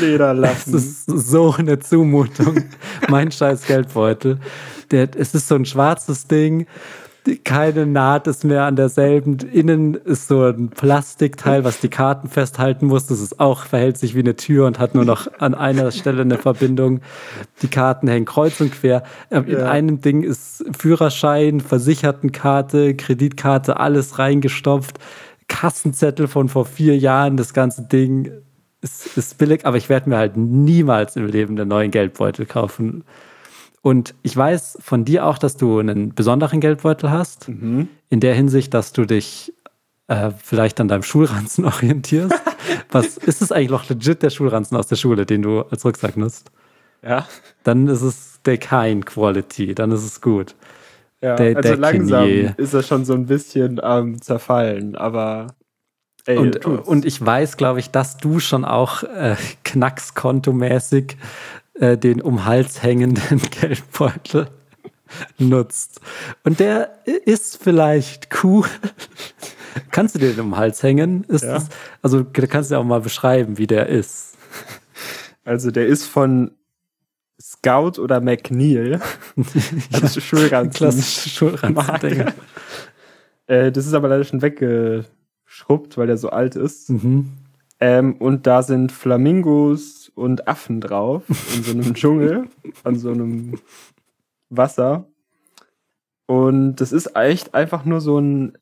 A: Lederlassen.
B: Das ist so eine Zumutung. mein scheiß Geldbeutel. Der, es ist so ein schwarzes Ding. Die- Keine Naht ist mehr an derselben. Innen ist so ein Plastikteil, was die Karten festhalten muss. Das ist auch, verhält sich wie eine Tür und hat nur noch an einer Stelle eine Verbindung. Die Karten hängen kreuz und quer. Äh, In einem Ding ist Führerschein, Versichertenkarte, Kreditkarte, alles reingestopft. Kassenzettel von vor vier Jahren, das ganze Ding ist, ist billig, aber ich werde mir halt niemals im Leben einen neuen Geldbeutel kaufen. Und ich weiß von dir auch, dass du einen besonderen Geldbeutel hast. In der Hinsicht, dass du dich äh, vielleicht an deinem Schulranzen orientierst. Was ist es eigentlich noch legit der Schulranzen aus der Schule, den du als Rucksack nutzt?
A: Ja.
B: Dann ist es der kein Quality, dann ist es gut.
A: ja.
B: Der-
A: also
B: der
A: langsam
B: Kenier.
A: ist er schon so ein bisschen am zerfallen, aber. Ey,
B: Und,
A: Jungs.
B: und ich weiß, glaube ich, dass du schon auch äh, knackskontomäßig äh, den um Hals hängenden Geldbeutel nutzt. Und der ist vielleicht cool. kannst du den um den Hals hängen? Ist
A: Ja.
B: das, also du kannst du ja auch mal beschreiben, wie der ist.
A: Also der ist von Scout oder McNeil. Also Schulranzen.
B: Klassische Schulranzendinger.
A: Äh, das ist aber leider schon weggeschrubbt, weil der so alt ist.
B: Mhm.
A: Ähm, und da sind Flamingos und Affen drauf, in so einem Dschungel, an so einem Wasser. Und das ist echt einfach nur so ein,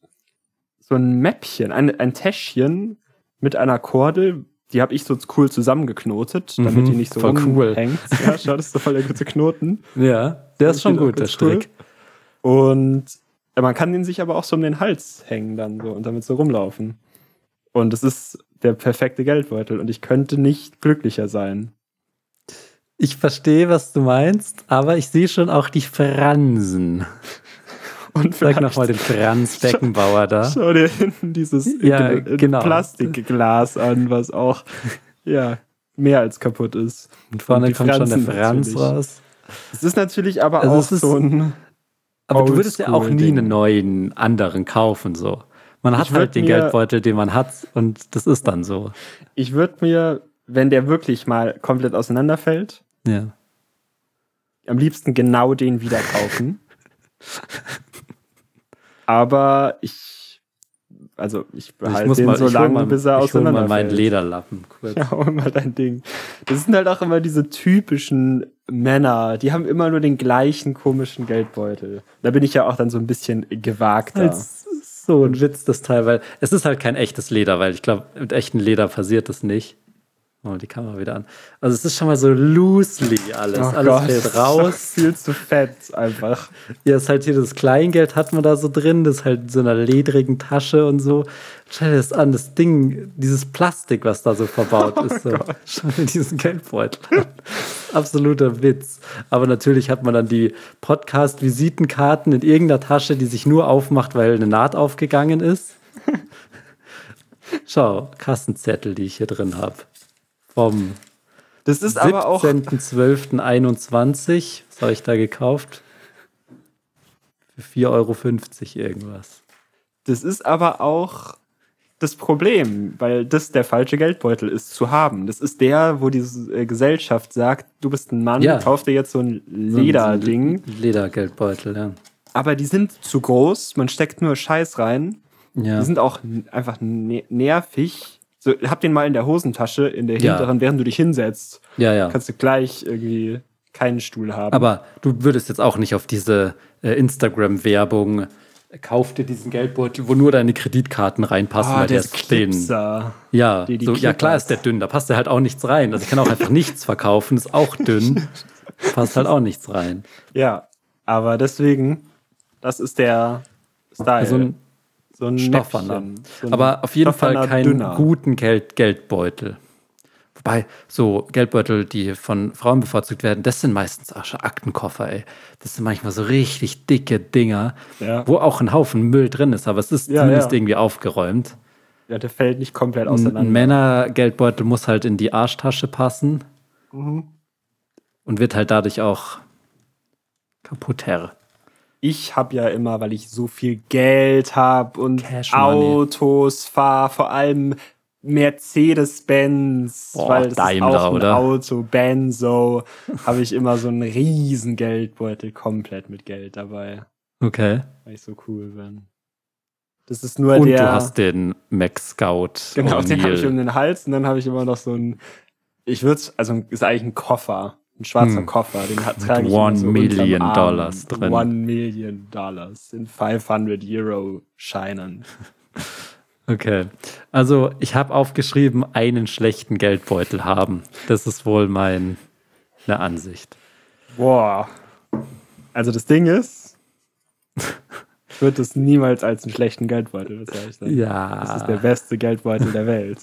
A: so ein Mäppchen, ein, ein Täschchen mit einer Kordel. Die habe ich so cool zusammengeknotet, damit
B: Mhm,
A: die nicht so
B: voll cool.
A: rumhängt. Ja, schau, das ist so voll der gute Knoten.
B: Ja, der ist schon
A: Sieht auch
B: gut, der
A: ganz cool.
B: Strick.
A: Und äh, man kann den sich aber auch so um den Hals hängen dann so und damit so rumlaufen. Und es ist der perfekte Geldbeutel und ich könnte nicht glücklicher sein.
B: Ich verstehe, was du meinst, aber ich sehe schon auch die Fransen.
A: Und
B: Sag
A: vielleicht
B: nochmal den Franz Beckenbauer da.
A: schau dir hinten dieses
B: Ja,
A: gl-
B: genau.
A: Plastikglas an, was auch ja mehr als kaputt ist.
B: Und vorne
A: die
B: kommt schon
A: Fransen
B: der Franz
A: natürlich.
B: raus.
A: Es ist natürlich aber
B: Also
A: auch
B: es ist-
A: so ein
B: Aber du würdest ja auch nie
A: Oldschool-Ding.
B: einen neuen anderen kaufen, so. Man hat
A: Ich würd
B: halt den
A: mir-
B: Geldbeutel, den man hat, und das ist dann so.
A: Ich würde mir, wenn der wirklich mal komplett auseinanderfällt,
B: Ja.
A: am liebsten genau den wieder kaufen. Aber ich, also ich behalte den so
B: ich hol
A: lange,
B: mal,
A: bis er
B: ich hol mal meinen
A: auseinanderfällt.
B: Lederlappen kurz.
A: Ja, hol mal dein Ding. Das sind halt auch immer diese typischen Männer, die haben immer nur den gleichen komischen Geldbeutel. Da bin ich ja auch dann so ein bisschen gewagter.
B: Als so ein Witz, das Teil, weil es ist halt kein echtes Leder, weil ich glaube, mit echtem Leder passiert das nicht. Machen wir die Kamera wieder an. Also es ist schon mal so loosely alles.
A: Oh
B: alles fällt raus.
A: Viel zu fett einfach.
B: Ja, ist halt hier das Kleingeld hat man da so drin, das ist halt in so einer ledrigen Tasche und so. Schau dir das an, das Ding, dieses Plastik, was da so verbaut ist. So. Schau dir diesen Geldbeutel an. Absoluter Witz. Aber natürlich hat man dann die Podcast-Visitenkarten in irgendeiner Tasche, die sich nur aufmacht, weil eine Naht aufgegangen ist. Schau, Kassenzettel, die ich hier drin habe. Vom
A: Das ist aber auch
B: 17.12.21. Was habe ich da gekauft? Für 4,50 Euro irgendwas.
A: Das ist aber auch das Problem, weil das der falsche Geldbeutel ist zu haben. Das ist der, wo die äh, Gesellschaft sagt, du bist ein Mann,
B: Ja.
A: kauf dir jetzt so ein
B: So ein-
A: Lederding.
B: So ein Ledergeldbeutel, ja.
A: Aber die sind zu groß, man steckt nur Scheiß rein.
B: Ja,
A: Die sind auch n- einfach ne nervig. So, hab den mal in der Hosentasche, in der
B: Ja.
A: hinteren, während du dich hinsetzt.
B: ja. ja.
A: Kannst du gleich irgendwie keinen Stuhl haben.
B: Aber du würdest jetzt auch nicht auf diese äh, Instagram-Werbung äh, kauf dir diesen Geldbeutel, wo nur deine Kreditkarten reinpassen,
A: Ah,
B: weil der
A: das
B: ist dünn.
A: Clipser.
B: Ja,
A: Die- die
B: so, ja, klar
A: Clippers.
B: ist der dünn, da passt ja halt auch nichts rein. Also ich kann auch einfach nichts verkaufen, ist auch dünn, passt halt auch nichts rein.
A: Ja, aber deswegen, das ist der Style.
B: Also ein,
A: so ein
B: Stoffwanner.
A: Näpfchen. So ein
B: Aber auf jeden Fall
A: Stoffwanner
B: keinen
A: dünner.
B: guten Geld Geldbeutel. Wobei, so Geldbeutel, die von Frauen bevorzugt werden, das sind meistens auch schon Aktenkoffer, ey. Das sind manchmal so richtig dicke Dinger,
A: Ja.
B: wo auch ein Haufen Müll drin ist, aber es ist
A: Ja,
B: zumindest
A: ja.
B: irgendwie aufgeräumt.
A: Ja, der fällt nicht komplett
B: Ein, ein
A: auseinander.
B: Männergeldbeutel muss halt in die Arschtasche passen
A: Mhm.
B: und wird halt dadurch auch kaputter.
A: Ich habe ja immer, weil ich so viel Geld habe und
B: Cash money.
A: Autos fahre, vor allem Mercedes-Benz,
B: Boah,
A: weil das
B: Daimler,
A: ist auch ein
B: oder?
A: Auto, Benzo, habe ich immer so einen riesen Geldbeutel komplett mit Geld dabei,
B: Okay.
A: weil ich so cool bin. Das ist nur
B: und
A: der...
B: du hast den Max Scout.
A: Genau, den habe ich
B: O'Neill.
A: um den Hals und dann habe ich immer noch so ein, ich würde also ist eigentlich ein Koffer, ein schwarzer
B: Hm.
A: Koffer, den hat, trage ich immer
B: one
A: so unterm
B: million
A: Arm.
B: dollars drin.
A: One million dollars in 500 Euro Scheinen.
B: Okay. Also, ich habe aufgeschrieben, einen schlechten Geldbeutel haben. Das ist wohl meine Ansicht.
A: Boah, Also das Ding ist, ich würde das niemals als einen schlechten Geldbeutel bezeichnen.
B: Ja.
A: Das ist der beste Geldbeutel der Welt.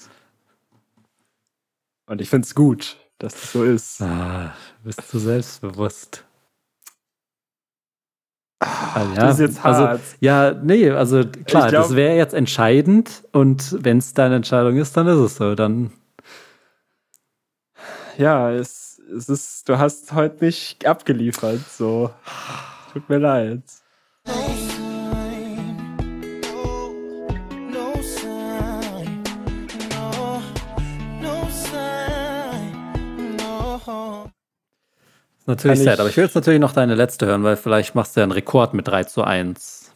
A: Und ich finde es gut, dass das so ist.
B: Ah, bist du selbstbewusst. Ah, ja,
A: das ist jetzt hart.
B: Also, ja, nee, also klar,
A: Ich glaub-
B: das wäre jetzt entscheidend und wenn es deine Entscheidung ist, dann ist es so. Dann
A: Ja, es, es ist, du hast heute nicht abgeliefert, so. Tut mir leid.
B: ist natürlich
A: Kann
B: sad,
A: ich-
B: aber ich will jetzt natürlich noch deine letzte hören, weil vielleicht machst du ja einen Rekord mit 3 zu 1.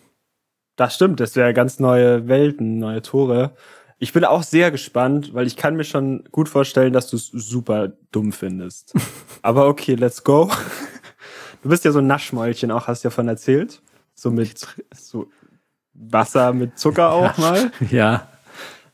A: Das stimmt, das wäre ganz neue Welten, neue Tore. Ich bin auch sehr gespannt, weil ich kann mir schon gut vorstellen, dass du es super dumm findest. Aber okay, let's go. Du bist ja so ein Naschmäulchen auch, hast du ja von erzählt. So mit so Wasser mit Zucker auch mal.
B: Ja,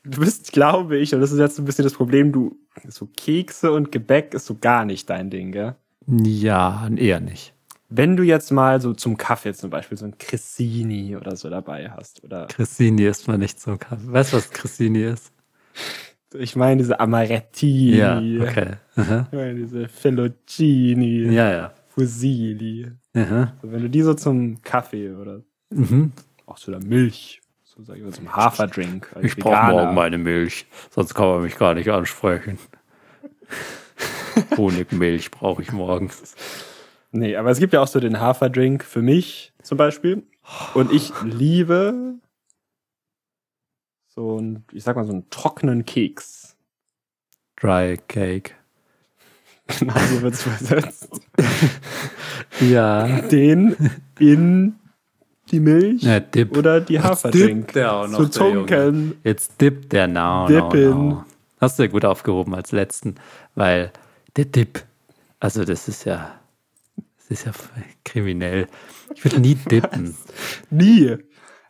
A: Du bist, glaube ich, und das ist jetzt so ein bisschen das Problem, du so Kekse und Gebäck ist so gar nicht dein Ding, gell?
B: ja, eher nicht.
A: Wenn du jetzt mal so zum Kaffee zum Beispiel so ein Cressini oder so dabei hast oder
B: Cressini ist mal nicht so. Weißt du, was Cressini ist?
A: Ich meine diese Amaretti.
B: Ja, okay. Aha.
A: Ich meine diese Fellocini,
B: Ja, ja.
A: Fusilli.
B: Aha.
A: So, wenn du die so zum Kaffee oder
B: Mhm.
A: auch zu der Milch, so sag ich mal, zum Haferdrink. als
B: Ich brauche
A: Veganer.
B: morgen meine Milch, sonst kann man mich gar nicht ansprechen. Honigmilch brauche ich morgens.
A: Nee, aber es gibt ja auch so den Haferdrink für mich zum Beispiel. Und ich liebe so einen, ich sag mal, so einen trockenen Keks.
B: Dry Cake.
A: Genau so wird's übersetzt.
B: Ja.
A: Den in die Milch
B: ja dip.
A: oder die
B: Jetzt
A: Haferdrink.
B: dippt der auch noch,
A: Zu
B: der Junge.
A: Tunken.
B: Jetzt dippt der now,
A: Dippen.
B: now, now. Hast du ja gut aufgehoben als letzten, weil der Dip, also das ist ja, das ist ja kriminell. Ich würde nie dippen.
A: Nie.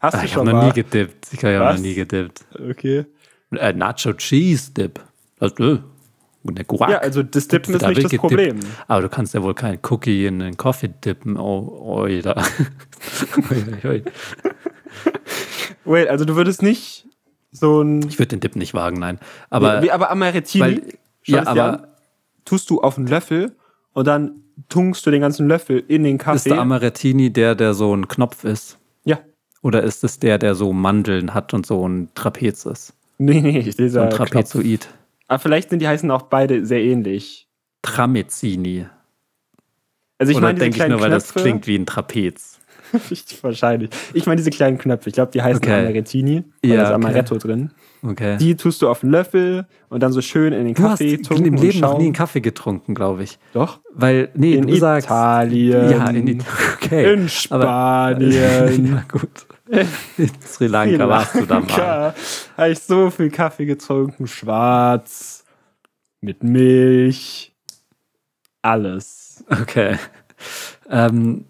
A: Hast
B: Ah,
A: du
B: ich
A: schon
B: habe noch
A: mal?
B: nie gedippt. Ich habe noch
A: Was?
B: nie gedippt.
A: Okay.
B: Äh, Nacho Cheese Dip. Das, äh, und der Guac.
A: Ja, also das Dippen ist
B: Da
A: nicht
B: wird
A: das
B: gedippt.
A: Problem.
B: Aber du kannst ja wohl keinen Cookie in einen Coffee dippen. Oh, oi, da. Oi, oi, oi.
A: Wait, also du würdest nicht so ein.
B: ich würde den Dip nicht wagen, nein. Aber,
A: Wie- aber Amarettini
B: weil-
A: schaust
B: ja,
A: dir
B: aber-
A: an, tust du auf einen Löffel und dann tunkst du den ganzen Löffel in den
B: ist
A: Kaffee.
B: der Amarettini der, der so ein Knopf ist?
A: ja.
B: Oder ist es der, der so Mandeln hat und so ein Trapez ist?
A: Nee, nee, ich lese
B: So ein
A: da Knopf.
B: Trapezoid.
A: Aber Ah, vielleicht sind die heißen auch beide sehr ähnlich.
B: Tramezzini.
A: Also ich
B: Oder
A: meine, diese
B: denke ich
A: kleinen
B: nur, weil
A: Knöpfe.
B: das klingt wie ein Trapez.
A: Ich- wahrscheinlich. Ich meine, diese kleinen Knöpfe. Ich glaube, die heißen
B: Okay.
A: Amarettini. Ja,
B: Ja,
A: da ist
B: okay.
A: Amaretto drin.
B: Okay.
A: Die tust du auf einen Löffel und dann so schön in den
B: Also du hast
A: Kaffee tunken
B: im
A: und
B: Leben noch nie einen
A: schauen.
B: Kaffee getrunken, glaube ich.
A: Doch.
B: Weil, nee,
A: In
B: du sagst.
A: Italien.
B: Ja, in Italien. Okay.
A: In Spanien.
B: ja, gut. In Sri Lanka
A: Sri
B: warst du da mal.
A: Lanka habe ich so viel Kaffee getrunken, schwarz, mit Milch, alles.
B: Okay. Ähm,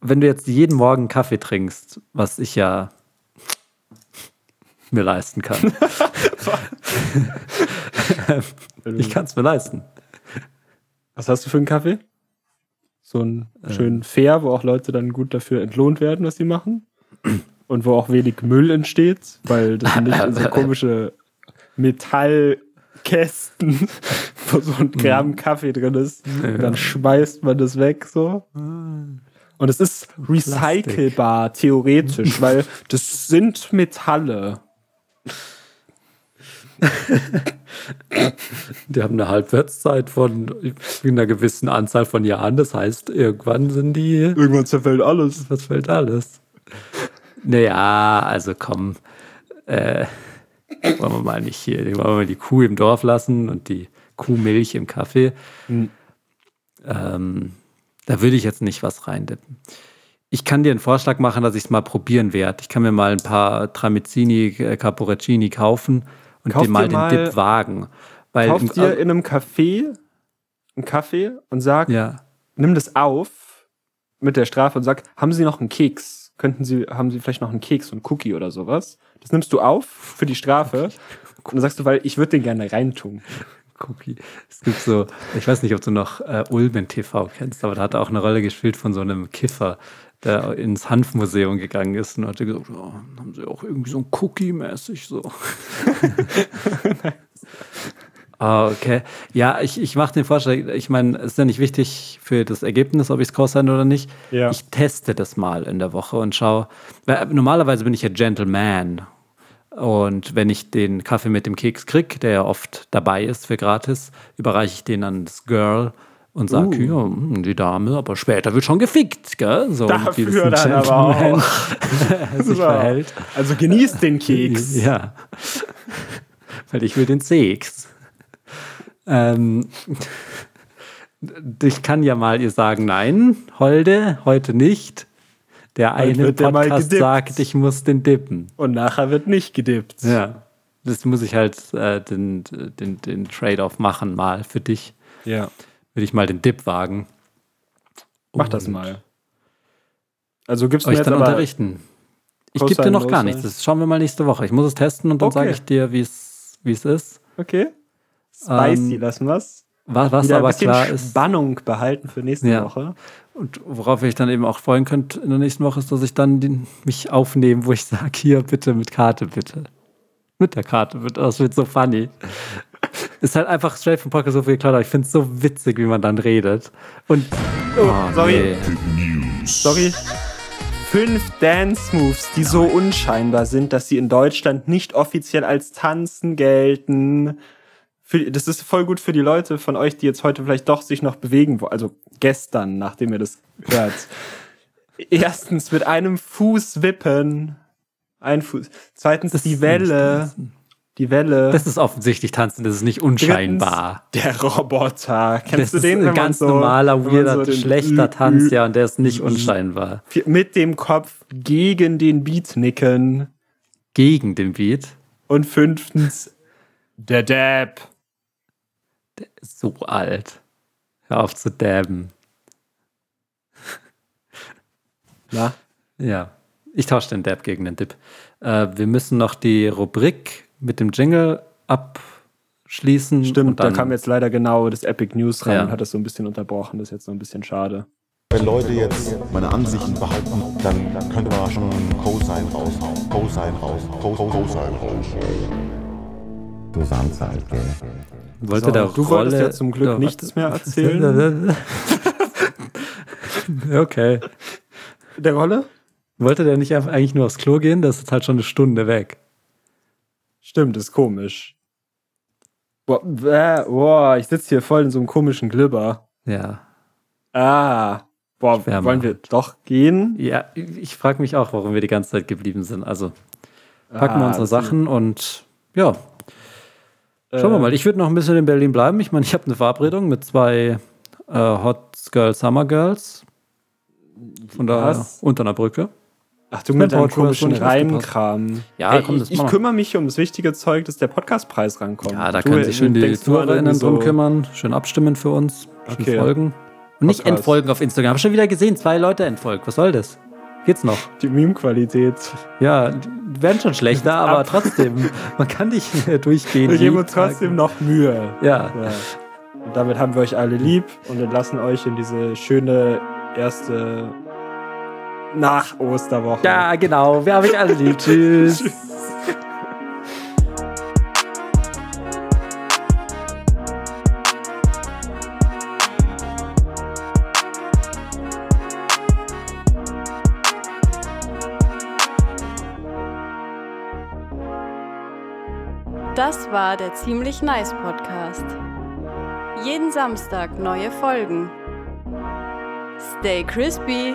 B: wenn du jetzt jeden Morgen Kaffee trinkst, was ich ja mir leisten kann. ich kann es mir leisten.
A: Was hast du für einen Kaffee? So einen schönen Fair, wo auch Leute dann gut dafür entlohnt werden, was sie machen. Und wo auch wenig Müll entsteht, weil das sind nicht so komische Metallkästen, wo so ein Gramm Kaffee drin ist. Und dann schmeißt man das weg so. Ah. Und es ist recycelbar, theoretisch, weil das sind Metalle.
E: Die haben eine Halbwertszeit von einer gewissen Anzahl von Jahren. Das heißt, irgendwann sind die.
A: Irgendwann zerfällt alles.
B: Was fällt alles? Naja, also komm. Äh, wollen wir mal nicht hier. Wollen wir mal die Kuh im Dorf lassen und die Kuhmilch im Kaffee.
A: Hm.
B: Ähm, da würde ich jetzt nicht was reindippen. Ich kann dir einen Vorschlag machen, dass ich es mal probieren werde. Ich kann mir mal ein paar Tramezzini, äh, Caporacini kaufen und
A: Kauf
B: dir mal
A: dir
B: den
A: mal-
B: Dip wagen. Weil im-
A: Kauf dir in einem Café einen Kaffee und sag,
B: ja.
A: nimm das auf mit der Strafe und sag, haben Sie noch einen Keks? Könnten Sie, haben Sie vielleicht noch einen Keks und Cookie oder sowas? Das nimmst du auf für die Strafe. Und dann sagst du, weil ich würde den gerne reintun.
B: Cookie. Es gibt so, ich weiß nicht, ob du noch äh, Ulmen TV kennst, aber da hat er auch eine Rolle gespielt von so einem Kiffer, der ins Hanfmuseum gegangen ist und hat gesagt, oh, haben sie auch irgendwie so ein Cookie-mäßig so. Ah, okay. Ja, ich, ich mache den Vorschlag. Ich meine, es ist ja nicht wichtig für das Ergebnis, ob ich Score sein oder nicht.
A: Ja.
B: Ich teste das mal in der Woche und schaue. Weil äh, normalerweise bin ich ja Gentleman. Und wenn ich den Kaffee mit dem Keks krieg, der ja oft dabei ist für gratis, überreiche ich den an das Girl und
A: Uh.
B: sage, ja, hm, die Dame, aber später wird schon gefickt, gell? So, wie das
A: Dafür
B: ein
A: dann aber
B: Gentleman
A: auch.
B: sich
A: So.
B: verhält.
A: Also genießt den Keks.
B: Ja. Weil ich will den Sex. Ähm, ich kann ja mal ihr sagen, nein, Holde, heute nicht. Der eine
A: wird der mal
B: Podcast
A: gedippt.
B: sagt, ich muss den dippen.
A: Und nachher wird nicht gedippt.
B: Ja. Das muss ich halt äh, den, den, den Trade-off machen, mal für dich.
A: ja.
B: Will ich mal den Dip wagen.
A: Mach das mal. Also gibst du mir
B: Euch
A: jetzt
B: dann
A: aber
B: Oh, unterrichten. Ich gebe dir
A: Cosine,
B: noch gar
A: Cosine.
B: nichts. Das schauen wir mal nächste Woche. Ich muss es testen und dann
A: Okay.
B: sage ich dir, wie es wie es ist.
A: Okay. Spicy,
B: Ähm,
A: lassen wir's.
B: Was, was
A: Wieder ein
B: aber
A: bisschen
B: klar ist,
A: Spannung behalten für nächste
B: Ja.
A: Woche.
B: Und worauf ich dann eben auch freuen könnte in der nächsten Woche, ist, dass ich dann den, mich aufnehme, wo ich sage, hier bitte mit Karte, bitte. Mit der Karte, bitte. Das wird so funny. ist halt einfach straight vom Podcast so viel klar, aber ich finde es so witzig, wie man dann redet. Und oh,
A: sorry. Sorry. Fünf Dance-Moves, die so unscheinbar sind, dass sie in Deutschland nicht offiziell als Tanzen gelten. Für, das ist voll gut für die Leute von euch, die jetzt heute vielleicht doch sich noch bewegen wollen. Also gestern, nachdem ihr das hört. Erstens mit einem Fuß wippen. Ein Fuß. Zweitens
B: Das
A: die
B: ist
A: Welle. Die Welle.
B: Das ist offensichtlich tanzen, das ist nicht unscheinbar.
A: Der Roboter. Kennst du
B: das
A: den? wenn
B: ist ein
A: man
B: ganz
A: so, wenn
B: normaler,
A: man
B: weirder,
A: so den
B: schlechter
A: Ü-
B: Tanz,
A: Ü-
B: ja, und der ist nicht unscheinbar.
A: Mit dem Kopf gegen den Beat nicken.
B: Gegen den Beat.
A: Und fünftens, der Dab.
B: So alt. Hör auf zu dabben.
A: Na?
B: Ja, ich tausche den Dab gegen den Dip. Äh, wir müssen noch die Rubrik mit dem Jingle abschließen.
A: Stimmt,
B: und
A: da
B: dann
A: kam jetzt leider genau das Epic News rein
B: Ja.
A: und hat das so ein bisschen unterbrochen. Das ist jetzt so ein bisschen schade.
F: Wenn Leute jetzt meine Ansichten behalten, dann könnte man schon Cosine raushauen. Cosine raushauen. Co- Co- Cosine raushauen.
G: Du Sansa halt, gell?
B: wollte
A: So,
B: der
A: du wolltest
B: Rolle-
A: ja zum Glück
B: Ja,
A: nichts mehr erzählen.
B: warte. okay.
A: der Rolle?
B: Wollte der nicht einfach eigentlich nur aufs Klo gehen? Das ist halt schon eine Stunde weg.
A: Stimmt, ist komisch. Boah, bäh, boah ich sitze hier voll in so einem komischen Glibber.
B: Ja.
A: Ah. Boah,
B: Schwärmer.
A: wollen wir doch gehen?
B: Ja, ich frage mich auch, warum wir die ganze Zeit geblieben sind. Also packen wir
A: Ah,
B: unsere
A: das-
B: Sachen und ja, Schauen wir mal,
A: Äh,
B: ich würde noch ein bisschen in Berlin bleiben. Ich meine, ich habe eine Verabredung mit zwei äh, Hot Girl Summer Girls. Von daher
A: Was?
B: unter einer Brücke.
A: Ach, du mit deinem
B: Paul, du hast
A: komischen
B: schon nicht aufgepasst.
A: Reimkram.
B: Ja, komm, das
A: ich, ich
B: machen wir.
A: kümmere mich ums wichtige Zeug, dass der Podcastpreis rankommt.
B: Ja, da
A: Du
B: können sich schön die
A: denkst nur an
B: ZuhörerInnen
A: irgendwie
B: drum
A: so-
B: kümmern, schön abstimmen für uns, schön
A: Okay.
B: folgen. Und nicht
A: Podcast.
B: entfolgen auf Instagram. Hab schon wieder gesehen, zwei Leute entfolgt. Was soll das? Geht's noch?
A: Die Meme-Qualität.
B: Ja, die werden schon schlechter, aber
A: ab.
B: trotzdem, man kann nicht durchgehen.
A: Wir geben
B: jeden
A: uns
B: Tag.
A: trotzdem noch Mühe.
B: Ja,
A: Ja. Und damit haben wir euch alle lieb und entlassen euch in diese schöne erste Nach-Osterwoche.
B: ja genau. Wir haben euch alle lieb. Tschüss.
C: Das war der Ziemlich Nice Podcast. Jeden Samstag neue Folgen. Stay crispy!